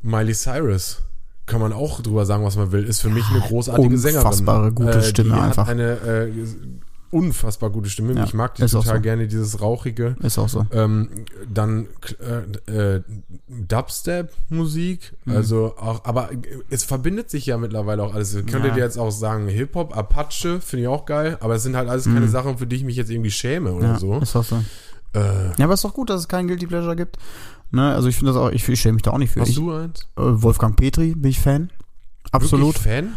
S1: Miley Cyrus. Kann man auch drüber sagen, was man will. Ist für mich eine großartige Sängerin.
S2: unfassbare gute Stimme
S1: die
S2: einfach.
S1: Hat eine äh, unfassbar gute Stimme.
S2: Ja,
S1: ich mag die
S2: ist auch
S1: total
S2: so.
S1: gerne, dieses rauchige.
S2: Ist auch so.
S1: Ähm, dann äh, äh, Dubstep-Musik,
S2: Mhm.
S1: also auch, aber es verbindet sich ja mittlerweile auch alles. Könntet
S2: Ja.
S1: ihr jetzt auch sagen, Hip-Hop, Apache, finde ich auch geil, aber es sind halt alles keine Sachen, für die ich mich jetzt irgendwie schäme oder
S2: Mhm. Ja,
S1: so.
S2: Ist auch so.
S1: Äh,
S2: Ja, aber ist doch gut, dass es keinen Guilty Pleasure gibt. Ne, also ich finde das auch, ich, ich schäme mich da auch nicht für.
S1: hast
S2: Ich,
S1: du eins?
S2: äh, Wolfgang Petri bin ich Fan. Absolut.
S1: Wirklich Fan?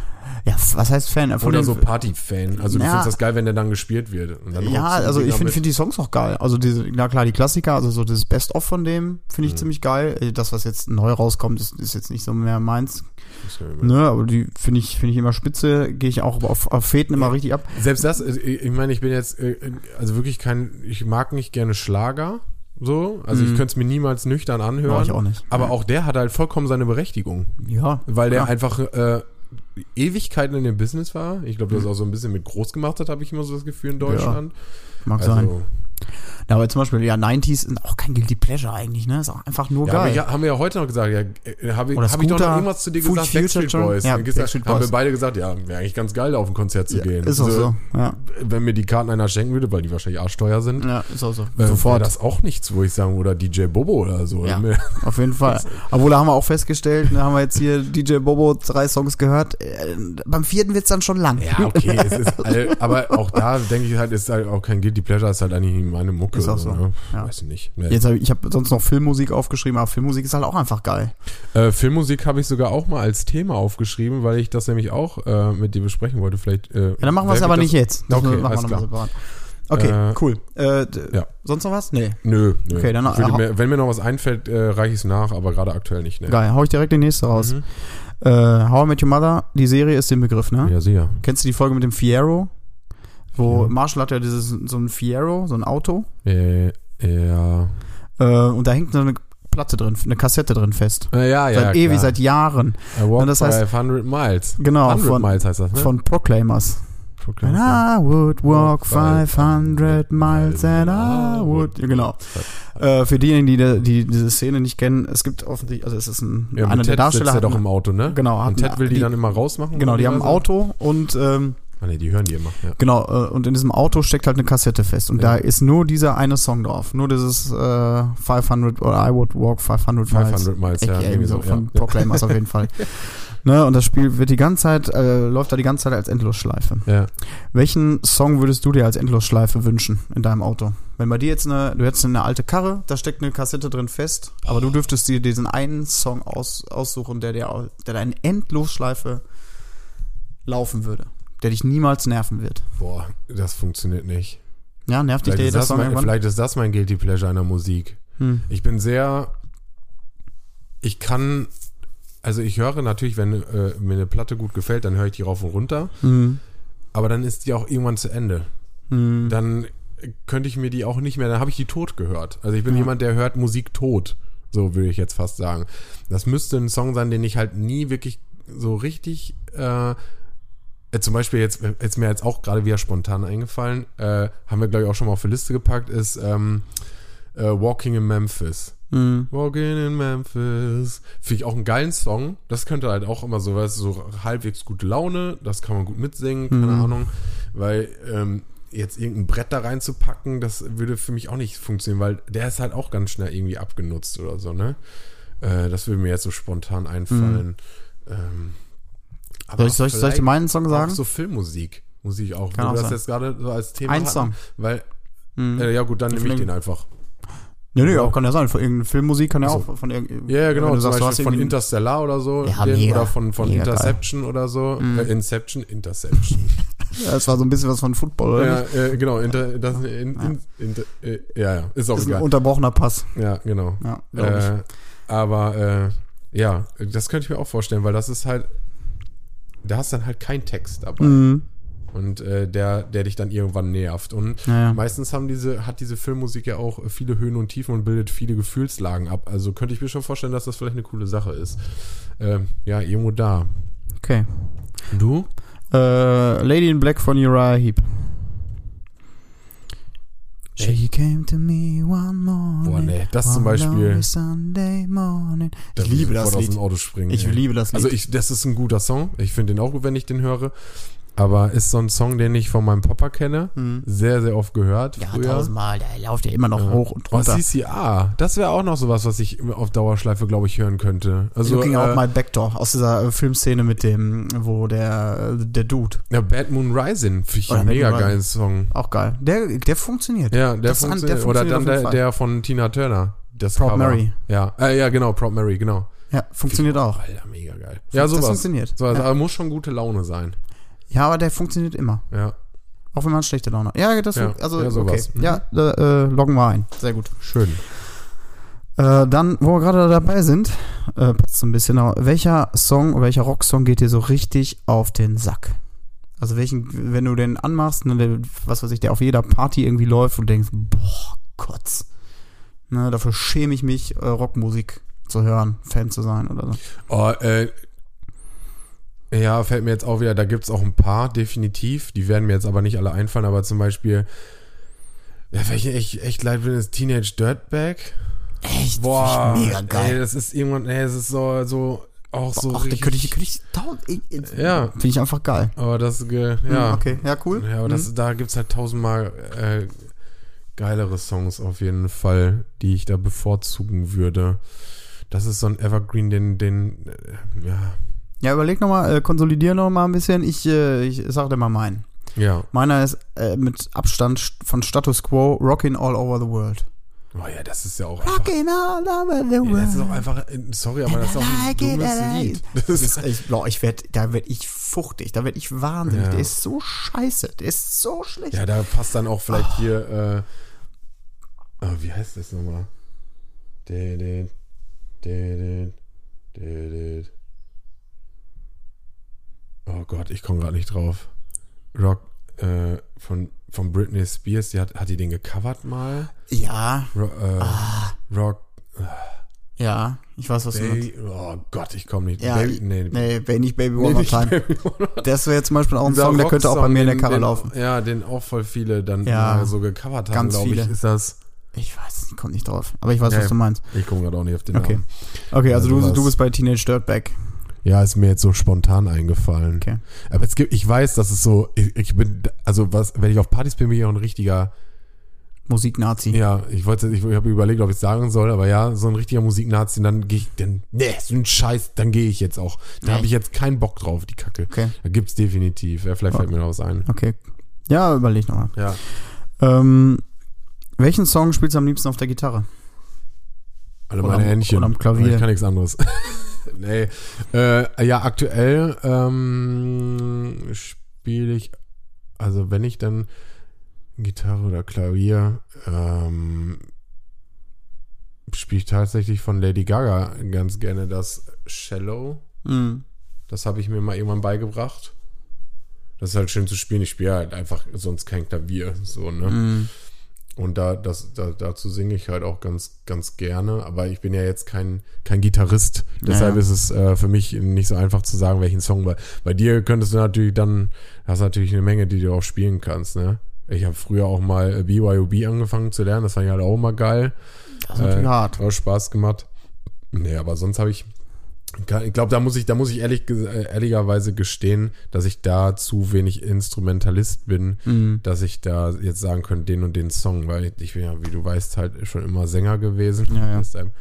S2: Ja, was heißt Fan? Von
S1: Oder
S2: den-
S1: so Party-Fan? Also du
S2: Ja.
S1: findest das geil, wenn der dann gespielt wird. Und dann
S2: ja,
S1: rockst du
S2: also
S1: die
S2: ich finde
S1: damit.
S2: find die Songs auch geil. Also diese, na klar, die Klassiker, also so dieses Best-of von dem finde
S1: Mhm.
S2: ich ziemlich geil. Äh, Das, was jetzt neu rauskommt, ist, ist jetzt nicht so mehr meins.
S1: Mhm.
S2: Ne, aber die finde ich, finde ich immer spitze, gehe ich auch auf, auf Fäden immer richtig ab.
S1: Selbst das, äh, ich meine, ich bin jetzt, äh, also wirklich kein, ich mag nicht gerne Schlager, so. Also ich könnte es mir niemals nüchtern anhören.
S2: Mach Mhm. Oh, ich auch nicht.
S1: Aber auch der hat halt vollkommen seine Berechtigung,
S2: Ja.
S1: weil der
S2: Ja.
S1: einfach äh, Ewigkeiten in dem Business war. Ich
S2: Mhm.
S1: glaube, das auch so ein bisschen mit groß gemacht hat, habe ich immer so das Gefühl in Deutschland.
S2: Mag sein.
S1: also,
S2: Ja, aber zum Beispiel, ja, 90s sind auch kein Guilty Pleasure eigentlich, ne? Ist auch einfach nur
S1: ja,
S2: geil.
S1: haben wir- haben wir ja heute noch gesagt, ja, äh, habe ich,
S2: Oder
S1: hab ich doch noch
S2: Scooter,
S1: irgendwas zu dir
S2: Foo
S1: gesagt,
S2: Future
S1: Backstreet
S2: schon?
S1: Boys.
S2: Ja,
S1: Wir gesagt,
S2: Backstreet
S1: Haben
S2: Boys.
S1: wir beide gesagt, ja, wäre eigentlich ganz geil, auf ein Konzert zu gehen. Also,
S2: Ist auch so. Ja.
S1: Wenn mir die Karten einer schenken würde, weil die wahrscheinlich arschteuer sind,
S2: ja, ist auch so.
S1: äh, wäre das auch nichts, wo ich sagen würde, oder DJ Bobo oder so.
S2: Ja.
S1: Mir-
S2: Auf jeden Fall. Obwohl, da haben wir auch festgestellt, da haben wir jetzt hier DJ Bobo drei Songs gehört. Äh, beim vierten wird's dann schon lang.
S1: Ja, okay, es ist all, aber auch da denke ich halt, ist halt auch kein Guilty Pleasure, ist halt eigentlich meine Mucke.
S2: Ist auch so,
S1: Ne?
S2: ja.
S1: Weiß ich nicht. Ne.
S2: Jetzt hab ich, ich habe sonst noch Filmmusik aufgeschrieben, aber Filmmusik ist halt auch einfach geil.
S1: Äh, Filmmusik habe ich sogar auch mal als Thema aufgeschrieben, weil ich das nämlich auch äh, mit dir besprechen wollte. Vielleicht. Äh,
S2: Ja, dann machen wir es aber nicht jetzt.
S1: Okay,
S2: machen wir
S1: alles
S2: nochmal
S1: klar.
S2: separat. Okay,
S1: Äh,
S2: cool. Äh, d-
S1: ja.
S2: Sonst noch was? Nee.
S1: Nö, nö.
S2: Okay, dann-
S1: Ich würde
S2: äh,
S1: mir, wenn mir noch was einfällt, äh, reiche ich es nach, aber gerade aktuell nicht. Ne?
S2: Geil, hau ich direkt die nächste raus.
S1: Mhm.
S2: Äh, How I Met Your Mother, die Serie ist im Begriff, ne?
S1: Ja, sicher.
S2: Kennst du die Folge mit dem Fiero? Wo
S1: Ja.
S2: Marshall hat ja dieses, so ein Fiero, so ein Auto.
S1: Äh, ja.
S2: Äh, und da hängt so eine Platte drin, eine Kassette drin fest.
S1: Äh, ja, ja.
S2: seit ewig, seit Jahren.
S1: I walked
S2: das heißt-
S1: 500 Miles.
S2: Genau,
S1: 100
S2: von,
S1: Miles heißt das, ne?
S2: von Proclaimers.
S1: guckt
S2: And I would walk 500 miles and I would. Ja, genau. Äh, für diejenigen, die, de- die diese Szene nicht kennen, es gibt offensichtlich, also es ist ein,
S1: Ja,
S2: einer
S1: mit
S2: der
S1: Ted
S2: Darsteller
S1: sitzt er
S2: hat.
S1: doch
S2: ein-
S1: im Auto, ne?
S2: Genau, hat
S1: Und Ted
S2: ein-
S1: will die,
S2: die-
S1: dann immer rausmachen?
S2: Genau, die haben ein
S1: teilweise?
S2: Auto und ähm,
S1: Ah, ne, die hören die immer. Ja.
S2: genau, äh, und in diesem Auto steckt halt eine Kassette fest. Und
S1: Ja.
S2: da ist nur dieser eine Song drauf. Nur dieses äh, 500 oder I would walk 500 miles.
S1: 500 Miles, ja.
S2: AKA
S1: Irgendwie so,
S2: so, von
S1: ja.
S2: Proclaimers auf jeden Fall. Ne, und das Spiel wird die ganze Zeit, äh, läuft da die ganze Zeit als Endlosschleife.
S1: ja.
S2: Welchen Song würdest du dir als Endlosschleife wünschen in deinem Auto? Wenn bei dir jetzt eine, du hättest eine alte Karre, da steckt eine Kassette drin fest, aber du dürftest dir diesen einen Song aus, aussuchen, der dir, au- der deine Endlosschleife laufen würde, der dich niemals nerven wird.
S1: Boah, das funktioniert nicht.
S2: Ja, nervt dich
S1: Vielleicht
S2: der
S1: ist,
S2: jeder
S1: das
S2: Song
S1: mein,
S2: irgendwann?
S1: vielleicht ist das mein Guilty Pleasure an der Musik.
S2: Hm.
S1: Ich bin sehr. Ich kann. Also ich höre natürlich, wenn äh, mir eine Platte gut gefällt, dann höre ich die rauf und runter.
S2: Hm.
S1: Aber dann ist die auch irgendwann zu Ende.
S2: Hm.
S1: Dann könnte ich mir die auch nicht mehr. Dann habe ich die tot gehört. Also ich bin jemand, der hört Musik tot. So würde ich jetzt fast sagen. Das müsste ein Song sein, den ich halt nie wirklich so richtig. Äh, äh, zum Beispiel jetzt jetzt mir jetzt auch gerade wieder spontan eingefallen. Äh, haben wir glaube ich auch schon mal auf die Liste gepackt. Ist ähm, äh, Walking in Memphis.
S2: Hm.
S1: Walking in Memphis. Finde ich auch einen geilen Song. Das könnte halt auch immer so, weißt du, so halbwegs gute Laune. Das kann man gut mitsingen, keine
S2: Mhm.
S1: Ahnung. Weil ähm, jetzt irgendein Brett da reinzupacken, das würde für mich auch nicht funktionieren, weil der ist halt auch ganz schnell irgendwie abgenutzt oder so, ne? Äh, das würde mir jetzt so spontan einfallen. Ähm, aber
S2: Mhm. Soll ich, soll, ich, soll ich dir
S1: vielleicht
S2: meinen Song
S1: auch
S2: sagen?
S1: so Filmmusik, muss ich auch.
S2: Kann
S1: Wo
S2: auch
S1: wir das
S2: sein.
S1: jetzt gerade so als Thema
S2: Ein
S1: hatten,
S2: Song.
S1: Weil,
S2: Hm.
S1: äh, ja gut, dann nehme ich
S2: Vielleicht-
S1: den einfach.
S2: Nö, nö, auch kann ja sein. Von irgendeiner Filmmusik kann ja
S1: Ach
S2: auch von irgendeinem.
S1: Also, Ja, ja, genau.
S2: Wenn du
S1: Zum
S2: sagst, du hast
S1: Beispiel von
S2: irgendwie-
S1: Interstellar oder so.
S2: Ja,
S1: den,
S2: mega.
S1: oder von, von
S2: Mega geil. Mhm.
S1: Interception oder so. Äh, Inception, Interception.
S2: Ja, das war so ein bisschen was von Football, oder?
S1: ja, äh, genau. Inter, das, in, in, inter, äh, ja, ja. Ist auch
S2: Das ist ein
S1: egal.
S2: unterbrochener Pass.
S1: Ja, genau.
S2: Ja, glaub ich.
S1: äh, aber äh, ja, das könnte ich mir auch vorstellen, weil das ist halt. Da hast dann halt keinen Text dabei.
S2: Mhm.
S1: Und äh, der, der dich dann irgendwann nervt. Und
S2: Ja, ja.
S1: meistens haben diese, hat diese Filmmusik ja auch viele Höhen und Tiefen und bildet viele Gefühlslagen ab. Also könnte ich mir schon vorstellen, dass das vielleicht eine coole Sache ist. Ähm, ja, irgendwo da.
S2: Okay.
S1: Du?
S2: Äh, Lady in Black von Uriah Heep.
S1: She
S2: came to me one morning.
S1: Boah, nee, das zum Beispiel.
S2: Sunday morning. Ich
S1: da
S2: liebe
S1: muss
S2: das
S1: sofort Aus
S2: Lied.
S1: dem Auto springen,
S2: Ich
S1: ey.
S2: liebe das Lied.
S1: Also ich, das ist ein guter Song. Ich finde den auch gut, wenn ich den höre. Aber ist so ein Song, den ich von meinem Papa kenne.
S2: Mhm.
S1: Sehr, sehr oft gehört
S2: ja,
S1: früher.
S2: tausendmal. Da läuft ja immer noch hoch und
S1: Oh,
S2: runter.
S1: CCA. Das wäre auch noch sowas, was ich auf Dauerschleife, glaube ich, hören könnte. Also,
S2: Looking
S1: äh,
S2: Out My Backdoor aus dieser äh, Filmszene mit dem, wo der, äh, der Dude,
S1: ja, Bad Moon Rising finde ich
S2: Oder
S1: einen
S2: Bad Moon
S1: mega
S2: Rising.
S1: geilen Song.
S2: auch geil. Der, der funktioniert.
S1: Ja, der,
S2: Das an-
S1: funktioniert.
S2: der
S1: Oder
S2: funktioniert
S1: dann
S2: auf jeden
S1: der,
S2: Fall.
S1: der von Tina Turner. Das
S2: Proud
S1: Cover.
S2: Mary.
S1: Ja. Äh, ja, genau, Proud Mary, genau.
S2: Ja, funktioniert auch.
S1: Alter, mega geil. Ja,
S2: Das
S1: sowas.
S2: funktioniert.
S1: So, also, aber Muss schon gute Laune sein.
S2: Ja, aber der funktioniert immer.
S1: Ja.
S2: Auch wenn man schlechte Laune hat. Ja, das
S1: Ja,
S2: also
S1: ja, sowas.
S2: okay.
S1: Mhm.
S2: Ja, da, äh, loggen wir ein. Sehr gut.
S1: Schön.
S2: Äh, dann, wo wir gerade dabei sind, äh, passt so ein bisschen. Aber welcher Song, welcher Rocksong geht dir so richtig auf den Sack? Also welchen, wenn du den anmachst, ne, der, was weiß ich, der auf jeder Party irgendwie läuft und denkst, boah, Kotz. Ne, dafür schäme ich mich, äh, Rockmusik zu hören, Fan zu sein oder so.
S1: Oh, äh, ja, fällt mir jetzt auch wieder, da gibt es auch ein paar, definitiv. Die werden mir jetzt aber nicht alle einfallen, aber zum Beispiel, ja, welche ich echt leid bin, ist Teenage Dirtbag.
S2: Echt?
S1: Boah,
S2: mega
S1: Ey,
S2: geil.
S1: das ist irgendwann, ey, das ist so, so auch so
S2: Ach, da
S1: richtig.
S2: könnte ich, könnte ich, tausend- ich, ich
S1: Ja.
S2: Finde ich einfach geil.
S1: aber das, ge- ja.
S2: Hm, Okay, ja, cool. Hm.
S1: Ja, aber das, da gibt es halt tausendmal äh, geilere Songs auf jeden Fall, die ich da bevorzugen würde. Das ist so ein Evergreen, den, den, äh, ja,
S2: Ja, überleg nochmal, äh, konsolidier nochmal ein bisschen. Ich, äh, ich sag dir mal meinen.
S1: ja.
S2: Meiner ist äh, mit Abstand st- von Status Quo Rockin' All Over the World.
S1: Oh ja, das ist ja auch einfach
S2: Rockin' All Over the
S1: Ja, das ist
S2: World.
S1: auch einfach, äh, sorry, aber das ist auch ein
S2: Like it,
S1: dummes
S2: like
S1: Lied.
S2: it.
S1: Das
S2: Das
S1: ist,
S2: ist, ich, boah, ich werd, da werd ich fuchtig, da werd ich wahnsinnig.
S1: Ja.
S2: Der ist so scheiße, der ist so schlecht.
S1: ja, da passt dann auch
S2: Ah.
S1: vielleicht hier, äh, oh, wie heißt das nochmal? Didit, didit, didit. Oh Gott, ich komme gerade nicht drauf. Rock äh, von, von Britney Spears, die hat, hat die den gecovert mal?
S2: Ja,
S1: Ro äh, Rock,
S2: ja, ja. Ich weiß, was du meinst.
S1: Baby, oh Gott, ich komme nicht.
S2: Ja,
S1: Baby, nee,
S2: Nee, wenn nicht Baby One
S1: nee,
S2: More
S1: nicht
S2: Time.
S1: Baby One More Time.
S2: Das wäre jetzt zum Beispiel auch ein
S1: Dieser
S2: Song, der könnte auch bei
S1: Rocksong,
S2: mir in der
S1: den-
S2: Karre
S1: den,
S2: laufen.
S1: Ja, den auch voll viele dann
S2: Ja,
S1: mal so gecovert haben,
S2: ganz
S1: glaube ich.
S2: viele.
S1: Ist das.
S2: Ich weiß, ich komme nicht drauf. Aber ich weiß,
S1: Ja,
S2: was
S1: ja.
S2: du meinst.
S1: Ich gucke gerade auch nicht auf den
S2: Okay.
S1: Namen.
S2: Okay, also
S1: Ja,
S2: du,
S1: sowas.
S2: du bist bei Teenage Dirtbag.
S1: Ja, ist mir jetzt so spontan eingefallen.
S2: Okay.
S1: Aber es gibt, ich weiß, dass es so, ich, ich bin, also was, wenn ich auf Partys bin, bin ich auch ein richtiger,
S2: Musik-Nazi.
S1: ja, ich wollte, ich, ich habe überlegt, ob ich es sagen soll, aber ja, so ein richtiger Musiknazi, dann gehe ich, dann, nee, so ein Scheiß, dann gehe ich jetzt auch. Da
S2: Nee.
S1: habe ich jetzt keinen Bock drauf, die Kacke.
S2: Okay. Oh.
S1: Da gibt's definitiv. Ja, vielleicht fällt mir noch was ein.
S2: Okay. Ja, überleg nochmal.
S1: Ja.
S2: Ähm, welchen Song spielst du am liebsten auf der Gitarre?
S1: Alle
S2: Oder
S1: meine
S2: am-
S1: Händchen.
S2: oder am Klavier.
S1: Ich kann nichts anderes. nee. Äh, ja, aktuell ähm, spiele ich, also wenn ich dann Gitarre oder Klavier, ähm, spiele ich tatsächlich von Lady Gaga ganz gerne das Shallow.
S2: Mhm.
S1: Das habe ich mir mal irgendwann beigebracht. Das ist halt schön zu spielen. Ich spiele halt einfach sonst kein Klavier. So, ne?
S2: Mhm.
S1: Und da, das, da, dazu singe ich halt auch ganz, ganz gerne. Aber ich bin ja jetzt kein, kein Gitarrist. Deshalb
S2: Ja.
S1: ist es äh, für mich nicht so einfach zu sagen, welchen Song. Bei, bei dir könntest du natürlich dann, hast natürlich eine Menge, die du auch spielen kannst, ne? Ich habe früher auch mal äh, BYOB angefangen zu lernen. Das fand ich halt auch immer geil.
S2: Das ist natürlich
S1: Äh,
S2: hart.
S1: Hat auch Spaß gemacht. Nee, aber sonst habe ich. Ich glaube, da muss ich, da muss ich ehrlich, ges- äh, ehrlicherweise gestehen, dass ich da zu wenig Instrumentalist bin,
S2: Mhm.
S1: dass ich da jetzt sagen könnte, den und den Song, weil ich bin ja, wie du weißt, halt schon immer Sänger gewesen.
S2: Ja, ja.
S1: Deshalb-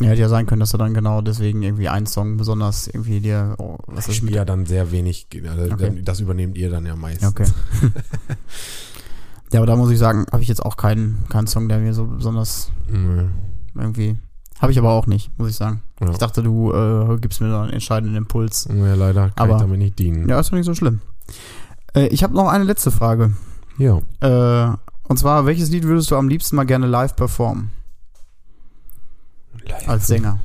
S2: Ja, hätte ja sein können, dass du dann genau deswegen irgendwie einen Song besonders irgendwie dir. Oh, was
S1: Ich
S2: ist
S1: spiele
S2: mit?
S1: ja dann sehr wenig, also
S2: Okay.
S1: das übernehmt ihr dann ja meistens.
S2: Ja, okay. ja, aber da muss ich sagen, habe ich jetzt auch keinen, keinen Song, der mir so besonders
S1: Mhm.
S2: irgendwie. Habe ich aber auch nicht, muss ich sagen.
S1: Ja.
S2: Ich dachte, du äh, gibst mir da einen entscheidenden Impuls.
S1: Ja, leider kann
S2: Aber-
S1: ich damit nicht dienen.
S2: Ja, ist doch nicht so schlimm. Äh, ich habe noch eine letzte Frage.
S1: ja.
S2: Äh, und zwar, welches Lied würdest du am liebsten mal gerne live performen? Als Sänger.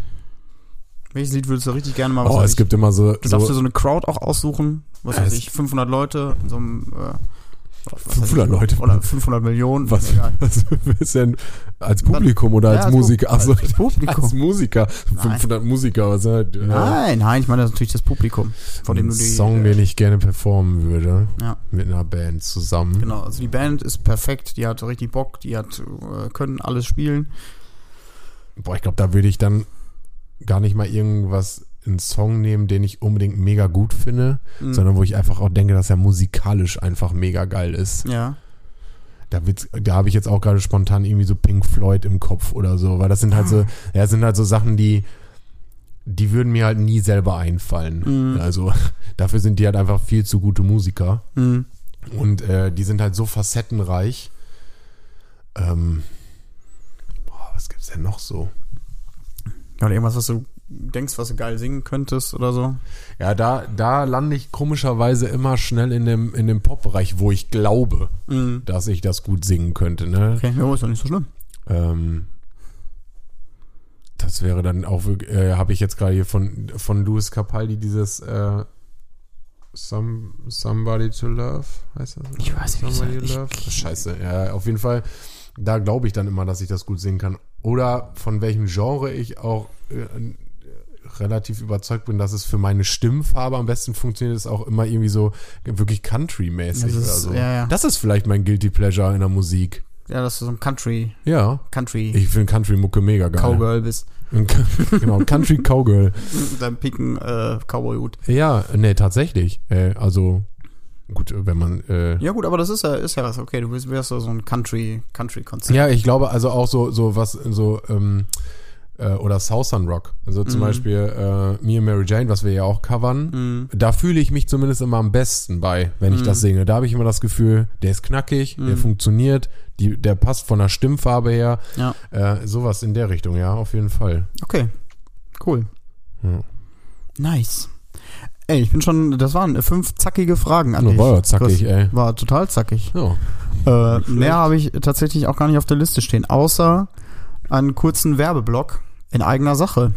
S2: Welches Lied würdest du richtig gerne mal Also, was
S1: Oh,
S2: weiß
S1: es
S2: ich?
S1: gibt immer so,
S2: Du darfst dir
S1: so
S2: so eine Crowd auch aussuchen, was
S1: Ja,
S2: weiß
S1: es-
S2: ich, 500 Leute in so einem. Äh, was weiß
S1: 500
S2: ich,
S1: Leute.
S2: Oder 500 Millionen.
S1: Was?
S2: egal.
S1: was ist denn als Publikum oder
S2: Ja,
S1: als
S2: als
S1: Musiker? Achso,
S2: Als Publikum.
S1: als Musiker.
S2: Nein.
S1: 500 Musiker, was halt, äh,
S2: nein, nein, ich meine das natürlich das Publikum, von dem
S1: ein
S2: du die. äh,
S1: Song, den ich gerne performen würde.
S2: Ja.
S1: Mit einer Band zusammen.
S2: Genau, also die Band ist perfekt, die hat richtig Bock, die hat äh, können alles spielen.
S1: Boah, ich glaube, da würde ich dann gar nicht mal irgendwas einen Song nehmen, den ich unbedingt mega gut finde,
S2: Mhm.
S1: sondern wo ich einfach auch denke, dass er musikalisch einfach mega geil ist.
S2: Ja.
S1: Da, wird's- da habe ich jetzt auch gerade spontan irgendwie so Pink Floyd im Kopf oder so, weil das sind halt
S2: Ah.
S1: so, ja, das sind halt so Sachen, die die würden mir halt nie selber einfallen.
S2: Mhm.
S1: Also dafür sind die halt einfach viel zu gute Musiker.
S2: Mhm.
S1: Und äh, die sind halt so facettenreich. Ähm, boah, was gibt's denn noch so?
S2: Ja, Oder irgendwas, was du denkst, was du geil singen könntest oder so.
S1: Ja, da, da lande ich komischerweise immer schnell in dem, in dem Pop-Bereich, wo ich glaube,
S2: Mhm.
S1: dass ich das gut singen könnte. Ne?
S2: Okay, ja, ist doch nicht so schlimm.
S1: Ähm, das wäre dann auch, wirk- äh, habe ich jetzt gerade hier von, von Louis Capaldi dieses äh, Some, Somebody to Love, heißt das?
S2: Ich weiß nicht,
S1: Somebody
S2: wie
S1: you
S2: ich-
S1: Love? Scheiße, ja, auf jeden Fall, da glaube ich dann immer, dass ich das gut singen kann. Oder von welchem Genre ich auch äh, relativ überzeugt bin, dass es für meine Stimmfarbe am besten funktioniert, ist auch immer irgendwie so wirklich Country-mäßig
S2: Das
S1: oder
S2: ist-
S1: so.
S2: ja, ja.
S1: Das ist vielleicht mein Guilty Pleasure in der Musik.
S2: Ja, dass du so ein Country,
S1: Ja,
S2: Country
S1: ich finde Country-Mucke mega geil.
S2: Cowgirl bist.
S1: genau, Country Cowgirl.
S2: Mit deinem pinken äh, Cowboy-Hut.
S1: Ja, nee, tatsächlich. Äh, also, gut, wenn man. Äh, ja.
S2: Ja gut, aber das ist ja, ist ja was. Okay, du bist, wärst so so ein Country, Country-Konzert.
S1: ich glaube, also auch so, so was, so, ähm, äh, oder Southern Rock. Also zum
S2: Mhm.
S1: Beispiel äh, Me and Mary Jane, was wir ja auch covern.
S2: Mhm.
S1: Da fühle ich mich zumindest immer am besten bei, wenn ich
S2: Mhm.
S1: das singe. Da habe ich immer das Gefühl, der ist knackig, der
S2: Mhm.
S1: funktioniert, die, der passt von der Stimmfarbe her.
S2: Ja.
S1: Äh, sowas in der Richtung, ja, auf jeden Fall.
S2: Okay, cool.
S1: Ja.
S2: Nice. Ey, ich bin schon, das waren fünf zackige Fragen an
S1: Nur
S2: dich.
S1: war ja zackig,
S2: Krass.
S1: ey.
S2: War total zackig.
S1: Ja.
S2: Äh,
S1: schlecht.
S2: mehr habe ich tatsächlich auch gar nicht auf der Liste stehen, außer einen kurzen Werbeblock in eigener Sache.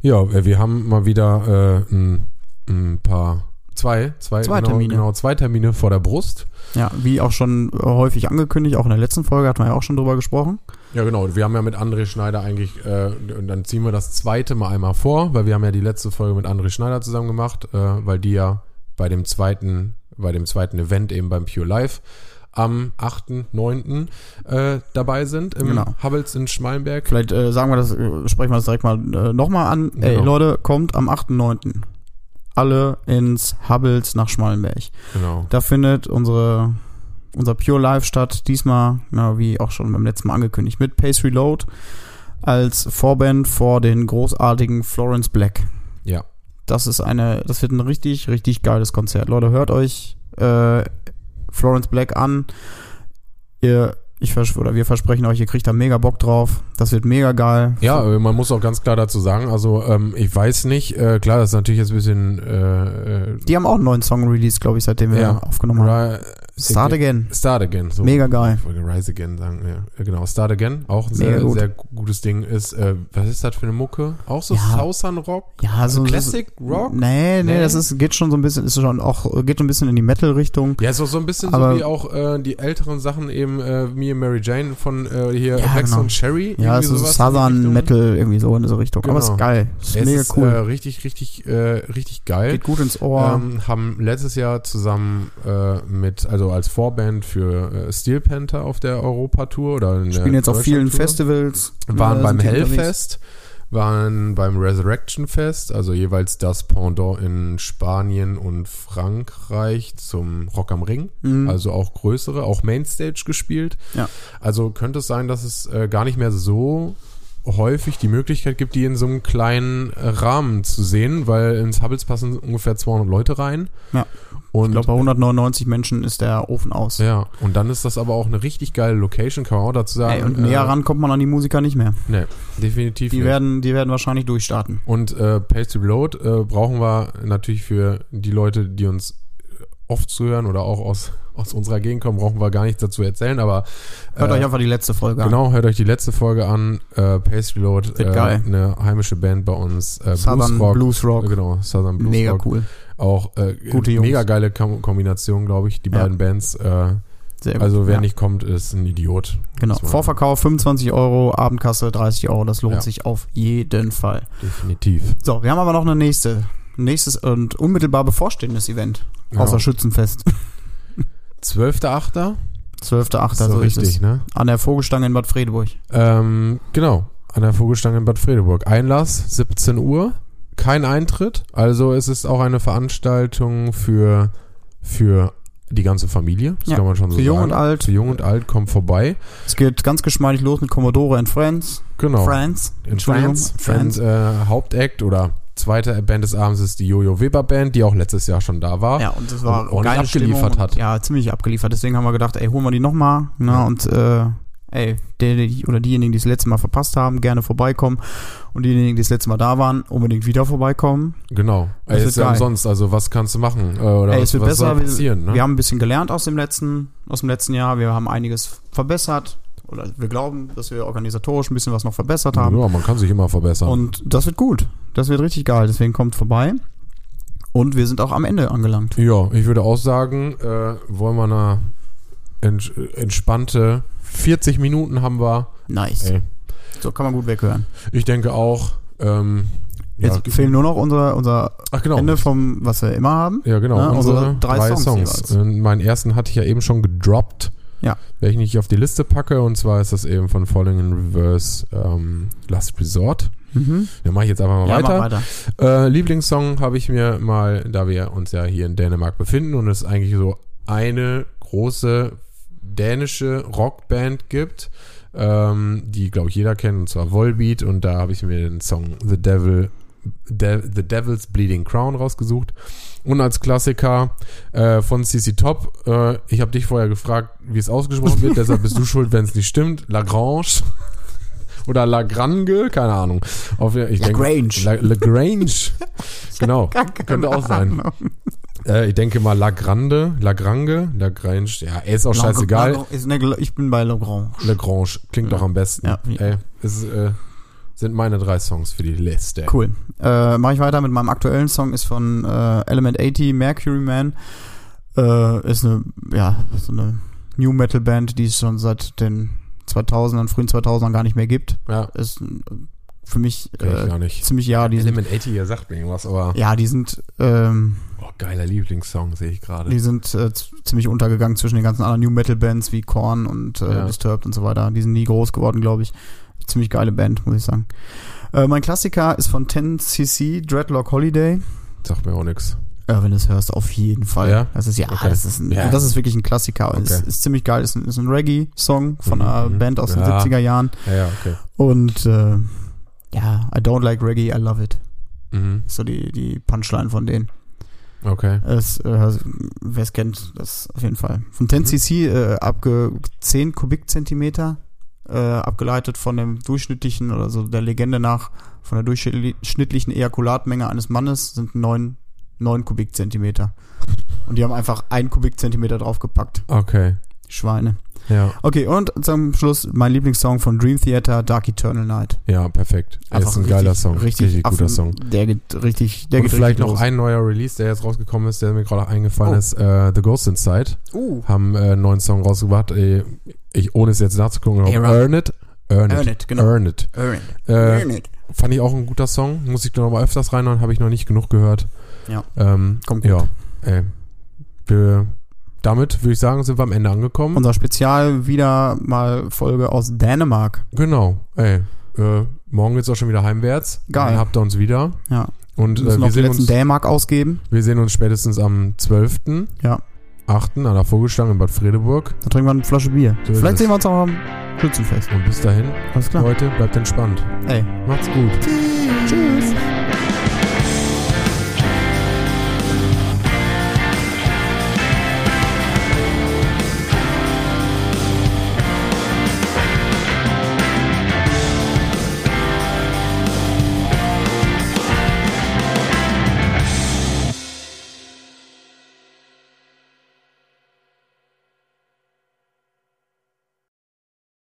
S1: Ja, wir haben mal wieder äh, ein, ein äh, paar Zwei, zwei,
S2: Zwei
S1: genau,
S2: Termine.
S1: Genau, zwei Termine vor der Brust.
S2: Ja, wie auch schon äh, häufig angekündigt, auch in der letzten Folge hatten wir ja auch schon drüber gesprochen.
S1: Ja, genau. Wir haben ja mit André Schneider eigentlich, äh, und dann ziehen wir das zweite mal einmal vor, weil wir haben ja die letzte Folge mit André Schneider zusammen gemacht, äh, weil die ja bei dem zweiten, bei dem zweiten Event eben beim Pure Life am 8.9. Äh, dabei sind im
S2: Genau.
S1: Hubbles in Schmalenberg.
S2: Vielleicht äh, sagen wir das, äh, sprechen wir das direkt mal äh, nochmal an. Ey,
S1: Genau.
S2: Leute, kommt am 8.9. Alle ins Hubbles nach Schmalenberg.
S1: Genau.
S2: Da findet unsere, unser Pure Live statt. Diesmal, na, wie auch schon beim letzten Mal angekündigt, mit Pace Reload als Vorband vor den großartigen Florence Black.
S1: Ja.
S2: Das ist eine, das wird ein richtig, richtig geiles Konzert. Leute, hört euch äh, Florence Black an. Ihr, ich vers oder wir versprechen euch, ihr kriegt da mega Bock drauf. Das wird mega geil.
S1: Ja, äh, man muss auch ganz klar dazu sagen, also ähm, ich weiß nicht, äh, klar, das ist natürlich jetzt ein bisschen äh, äh,
S2: Die haben auch einen neuen Song released, glaube ich, seitdem wir
S1: Ja.
S2: aufgenommen haben.
S1: Ra-
S2: Start again.
S1: Start Again. So.
S2: Mega geil.
S1: Ich wollte Rise Again sagen, ja. ja. Genau, Start Again, auch ein
S2: Mega
S1: sehr,
S2: gut.
S1: sehr gutes Ding ist. Äh, was ist das für eine Mucke? Auch so
S2: Ja.
S1: Southern Rock?
S2: Ja, so
S1: Classic Rock?
S2: Nee, nee,
S1: Nee.
S2: das ist, geht schon so ein bisschen, ist schon auch, geht so ein bisschen in die Metal-Richtung.
S1: Ja, so, so ein bisschen
S2: Aber-
S1: so wie auch äh, die älteren Sachen eben, äh, Me and Mary Jane von äh, hier
S2: Ja,
S1: Alexa
S2: genau.
S1: und Sherry.
S2: Ja,
S1: irgendwie
S2: es ist so
S1: sowas in die Richtung. ne?
S2: Southern Metal, irgendwie so in diese Richtung. Aber es ist
S1: Genau.
S2: geil. Es ist
S1: Es
S2: mega
S1: ist,
S2: cool.
S1: äh, richtig, richtig, äh, richtig geil.
S2: geht gut ins Ohr.
S1: Ähm, haben letztes Jahr zusammen äh, mit, also als Vorband für äh, Steel Panther auf der Europa-Tour oder in
S2: Spielen
S1: der
S2: jetzt auf vielen
S1: Deutschland-Tour.
S2: Festivals.
S1: waren
S2: äh,
S1: beim
S2: sind unterwegs.
S1: Hellfest, waren beim Resurrection Fest, also jeweils das Pendant in Spanien und Frankreich zum Rock am Ring,
S2: Mhm.
S1: also auch größere, auch Mainstage gespielt.
S2: Ja.
S1: Also könnte es sein, dass es äh, gar nicht mehr so häufig die Möglichkeit gibt, die in so einem kleinen äh, Rahmen zu sehen, weil ins Hubbles passen ungefähr 200 Leute rein.
S2: Ja.
S1: Und
S2: ich glaube, bei 199 Menschen ist der Ofen aus.
S1: ja, und dann ist das aber auch eine richtig geile Location, kann man auch dazu sagen.
S2: Ey, und näher ran kommt man an die Musiker nicht mehr.
S1: Nee, äh, definitiv
S2: Die
S1: nicht.
S2: werden, die werden wahrscheinlich durchstarten.
S1: Und äh, Pace to Reload äh, brauchen wir natürlich für die Leute, die uns oft zuhören oder auch aus, aus unserer Gegend kommen, brauchen wir gar nichts dazu erzählen, aber
S2: Hört
S1: äh,
S2: euch einfach die letzte Folge an.
S1: genau, hört euch die letzte Folge an. Äh, Pace Reload,
S2: Wird geil.
S1: eine heimische Band bei uns, äh,
S2: Southern
S1: Bluesrock.
S2: Blues Rock.
S1: äh, Genau, Southern Blues
S2: mega
S1: Rock.
S2: cool.
S1: Auch äh,
S2: Gute Jungs.
S1: mega geile Kom Kombination, glaube ich, die
S2: Ja.
S1: beiden Bands. Äh,
S2: Sehr gut.
S1: also wer
S2: ja.
S1: nicht kommt, ist ein Idiot.
S2: Genau.
S1: Das war-
S2: Vorverkauf 25 Euro, Abendkasse 30 Euro. Das lohnt
S1: Ja.
S2: sich auf jeden Fall.
S1: Definitiv.
S2: So, wir haben aber noch eine nächste. Nächstes und unmittelbar bevorstehendes Event.
S1: Genau.
S2: Außer Schützenfest.
S1: 12.8.
S2: 12.8.
S1: So
S2: So richtig. Ist Also es.
S1: ne?
S2: An der Vogelstange in Bad Fredeburg.
S1: Ähm, genau, an der Vogelstange in Bad Fredeburg. Einlass 17 Uhr, kein Eintritt. Also es ist auch eine Veranstaltung für, für die ganze Familie, das
S2: Ja,
S1: kann man schon so
S2: Für jung
S1: sagen.
S2: und alt.
S1: Für jung und alt, kommt vorbei.
S2: Es geht ganz geschmeidig los mit Commodore and Friends.
S1: Genau.
S2: Friends.
S1: in
S2: Entschuldigung,
S1: France.
S2: France.
S1: Und, äh, Hauptakt oder zweite Band des Abends ist die Jojo Weber Band, die auch letztes Jahr schon da war.
S2: Ja, und das war
S1: Und- und
S2: geile
S1: abgeliefert
S2: Stimmung und-
S1: hat.
S2: Ja, ziemlich abgeliefert. Deswegen haben wir gedacht, ey, holen wir die nochmal. Ne?
S1: Ja.
S2: Und äh, ey, der, die, oder diejenigen, die das letzte Mal verpasst haben, gerne vorbeikommen. Und diejenigen, die das letzte Mal da waren, unbedingt wieder vorbeikommen.
S1: Genau.
S2: Das
S1: Ey,
S2: wird
S1: ist ja
S2: geil.
S1: umsonst, also was kannst du machen? Äh, oder
S2: Ey,
S1: was,
S2: es wird
S1: was
S2: besser,
S1: soll
S2: wir-
S1: passieren? Ne?
S2: Wir haben ein bisschen gelernt aus dem letzten, aus dem letzten Jahr. Wir haben einiges verbessert. Oder wir glauben, dass wir organisatorisch ein bisschen was noch verbessert haben.
S1: ja, man kann sich immer verbessern.
S2: Und das wird gut. Das wird richtig geil. Deswegen kommt vorbei. Und wir sind auch am Ende angelangt.
S1: Ja, ich würde auch sagen, äh, wollen wir eine ents entspannte 40 Minuten haben wir.
S2: Nice.
S1: Ey.
S2: So kann man gut weghören.
S1: Ich denke auch. Ähm, ja,
S2: Jetzt fehlen nur noch unser, unser
S1: ach genau.
S2: Ende vom, was wir immer haben.
S1: ja, genau.
S2: ne,
S1: unsere
S2: unsere drei
S1: drei,
S2: Songs
S1: Songs.
S2: jeweils.
S1: Äh, Meinen ersten hatte ich ja eben schon gedroppt.
S2: Ja.
S1: Welchen ich auf die Liste packe. Und zwar ist das eben von Falling in Reverse ähm, Last Resort.
S2: Mhm.
S1: Dann mache ich jetzt einfach mal
S2: Ja, mach
S1: weiter.
S2: weiter.
S1: Äh, Lieblingssong habe ich mir mal, da wir uns ja hier in Dänemark befinden und es eigentlich so eine große dänische Rockband gibt, ähm, die glaube ich jeder kennt, und zwar Volbeat. Und da habe ich mir den Song The Devil, De The Devil's Bleeding Crown rausgesucht. Und als Klassiker äh, von CC Top, äh, ich habe dich vorher gefragt, wie es ausgesprochen wird, deshalb bist du schuld, wenn es nicht stimmt. Lagrange oder Lagrange, keine Ahnung. Auf, ich denke,
S2: Lagrange.
S1: La Lagrange. genau. Könnte auch sein. Äh, ich denke mal Lagrande, Lagrange, Lagrange. Ja, ey, ist auch scheißegal.
S2: Ist ne, ich bin bei Legrand.
S1: Lagrange klingt doch am besten.
S2: Ja.
S1: Ey, ist, äh, sind meine drei Songs für die Liste.
S2: Cool. Äh, Mache ich weiter mit meinem aktuellen Song, ist von äh, Element 80, Mercury Man. Äh, ist eine, ja, so eine New Metal Band, die es schon seit den 2000ern, frühen 2000ern gar nicht mehr gibt.
S1: Ja,
S2: Ist äh, für mich
S1: kenn ich
S2: äh,
S1: gar nicht.
S2: ziemlich, ja, die sind,
S1: Element 80, ihr sagt mir irgendwas, aber
S2: ja, die sind, ähm,
S1: oh, geiler Lieblingssong sehe ich gerade.
S2: die sind äh, z- ziemlich untergegangen zwischen den ganzen anderen New Metal Bands wie Korn und äh,
S1: Ja.
S2: Disturbed und so weiter. Die sind nie groß geworden, glaube ich. Ziemlich geile Band, muss ich sagen. Äh, mein Klassiker ist von 10cc, Dreadlock Holiday.
S1: Sagt mir auch nichts.
S2: Äh, wenn du es hörst, auf jeden Fall.
S1: Ja?
S2: Das ist ja,
S1: Okay.
S2: das, ist ein,
S1: Ja.
S2: das ist wirklich ein Klassiker.
S1: Okay.
S2: Ist, ist ziemlich geil. Ist ein, ist ein Reggae-Song von einer
S1: Mhm.
S2: Band aus den
S1: Ja.
S2: 70er Jahren.
S1: Ja, ja, okay.
S2: Und äh, ja, I don't like Reggae, I love it.
S1: Mhm,
S2: Ist so die, die Punchline von denen.
S1: okay.
S2: Es, äh, Wer es kennt, das auf jeden Fall. Von 10cc
S1: Mhm.
S2: äh, abge 10 Kubikzentimeter, äh, abgeleitet von dem durchschnittlichen oder so der Legende nach, von der durchschnittlichen Ejakulatmenge eines Mannes sind 9, 9 Kubikzentimeter. Und die haben einfach 1 Kubikzentimeter draufgepackt.
S1: Okay.
S2: Schweine.
S1: Ja,
S2: Okay, und zum Schluss mein Lieblingssong von Dream Theater, Dark Eternal Night.
S1: ja, perfekt. Er ist ein
S2: richtig-
S1: geiler Song.
S2: Richtig,
S1: guter
S2: Affen-
S1: Song.
S2: Der geht richtig, der
S1: Und
S2: geht
S1: vielleicht
S2: richtig
S1: noch
S2: los.
S1: ein neuer Release, der jetzt rausgekommen ist, der mir gerade eingefallen
S2: Oh.
S1: ist. Äh, The Ghost Inside
S2: Uh,
S1: haben äh, einen neuen Song rausgebracht. Äh, Ich, ohne es jetzt nachzugucken, aber
S2: Era.
S1: Earn It. Earn It.
S2: Earn It, genau.
S1: Earn It.
S2: Earn it.
S1: Äh,
S2: Earn it.
S1: fand ich auch ein guter Song. Muss ich noch mal öfters reinhören, habe ich noch nicht genug gehört.
S2: Ja.
S1: Ähm,
S2: Kommt gut.
S1: ja. Ey. Wir, damit würde ich sagen, sind wir am Ende angekommen.
S2: Unser Spezial wieder mal Folge aus Dänemark.
S1: genau. Ey. Äh, morgen geht's auch schon wieder heimwärts.
S2: Geil.
S1: Dann habt ihr uns wieder.
S2: Ja.
S1: Und
S2: Wir müssen
S1: äh,
S2: noch
S1: wir,
S2: den
S1: sehen
S2: letzten
S1: uns,
S2: Dänemark ausgeben.
S1: wir sehen uns spätestens am 12.
S2: Ja.
S1: 8. an der Vogelstange in Bad Fredeburg.
S2: Dann trinken wir eine Flasche Bier.
S1: So ist
S2: Vielleicht
S1: es.
S2: sehen wir uns auch am Schützenfest.
S1: Und bis dahin,
S2: Alles klar.
S1: Leute, bleibt entspannt.
S2: Ey.
S1: Macht's gut.
S2: Tschüss.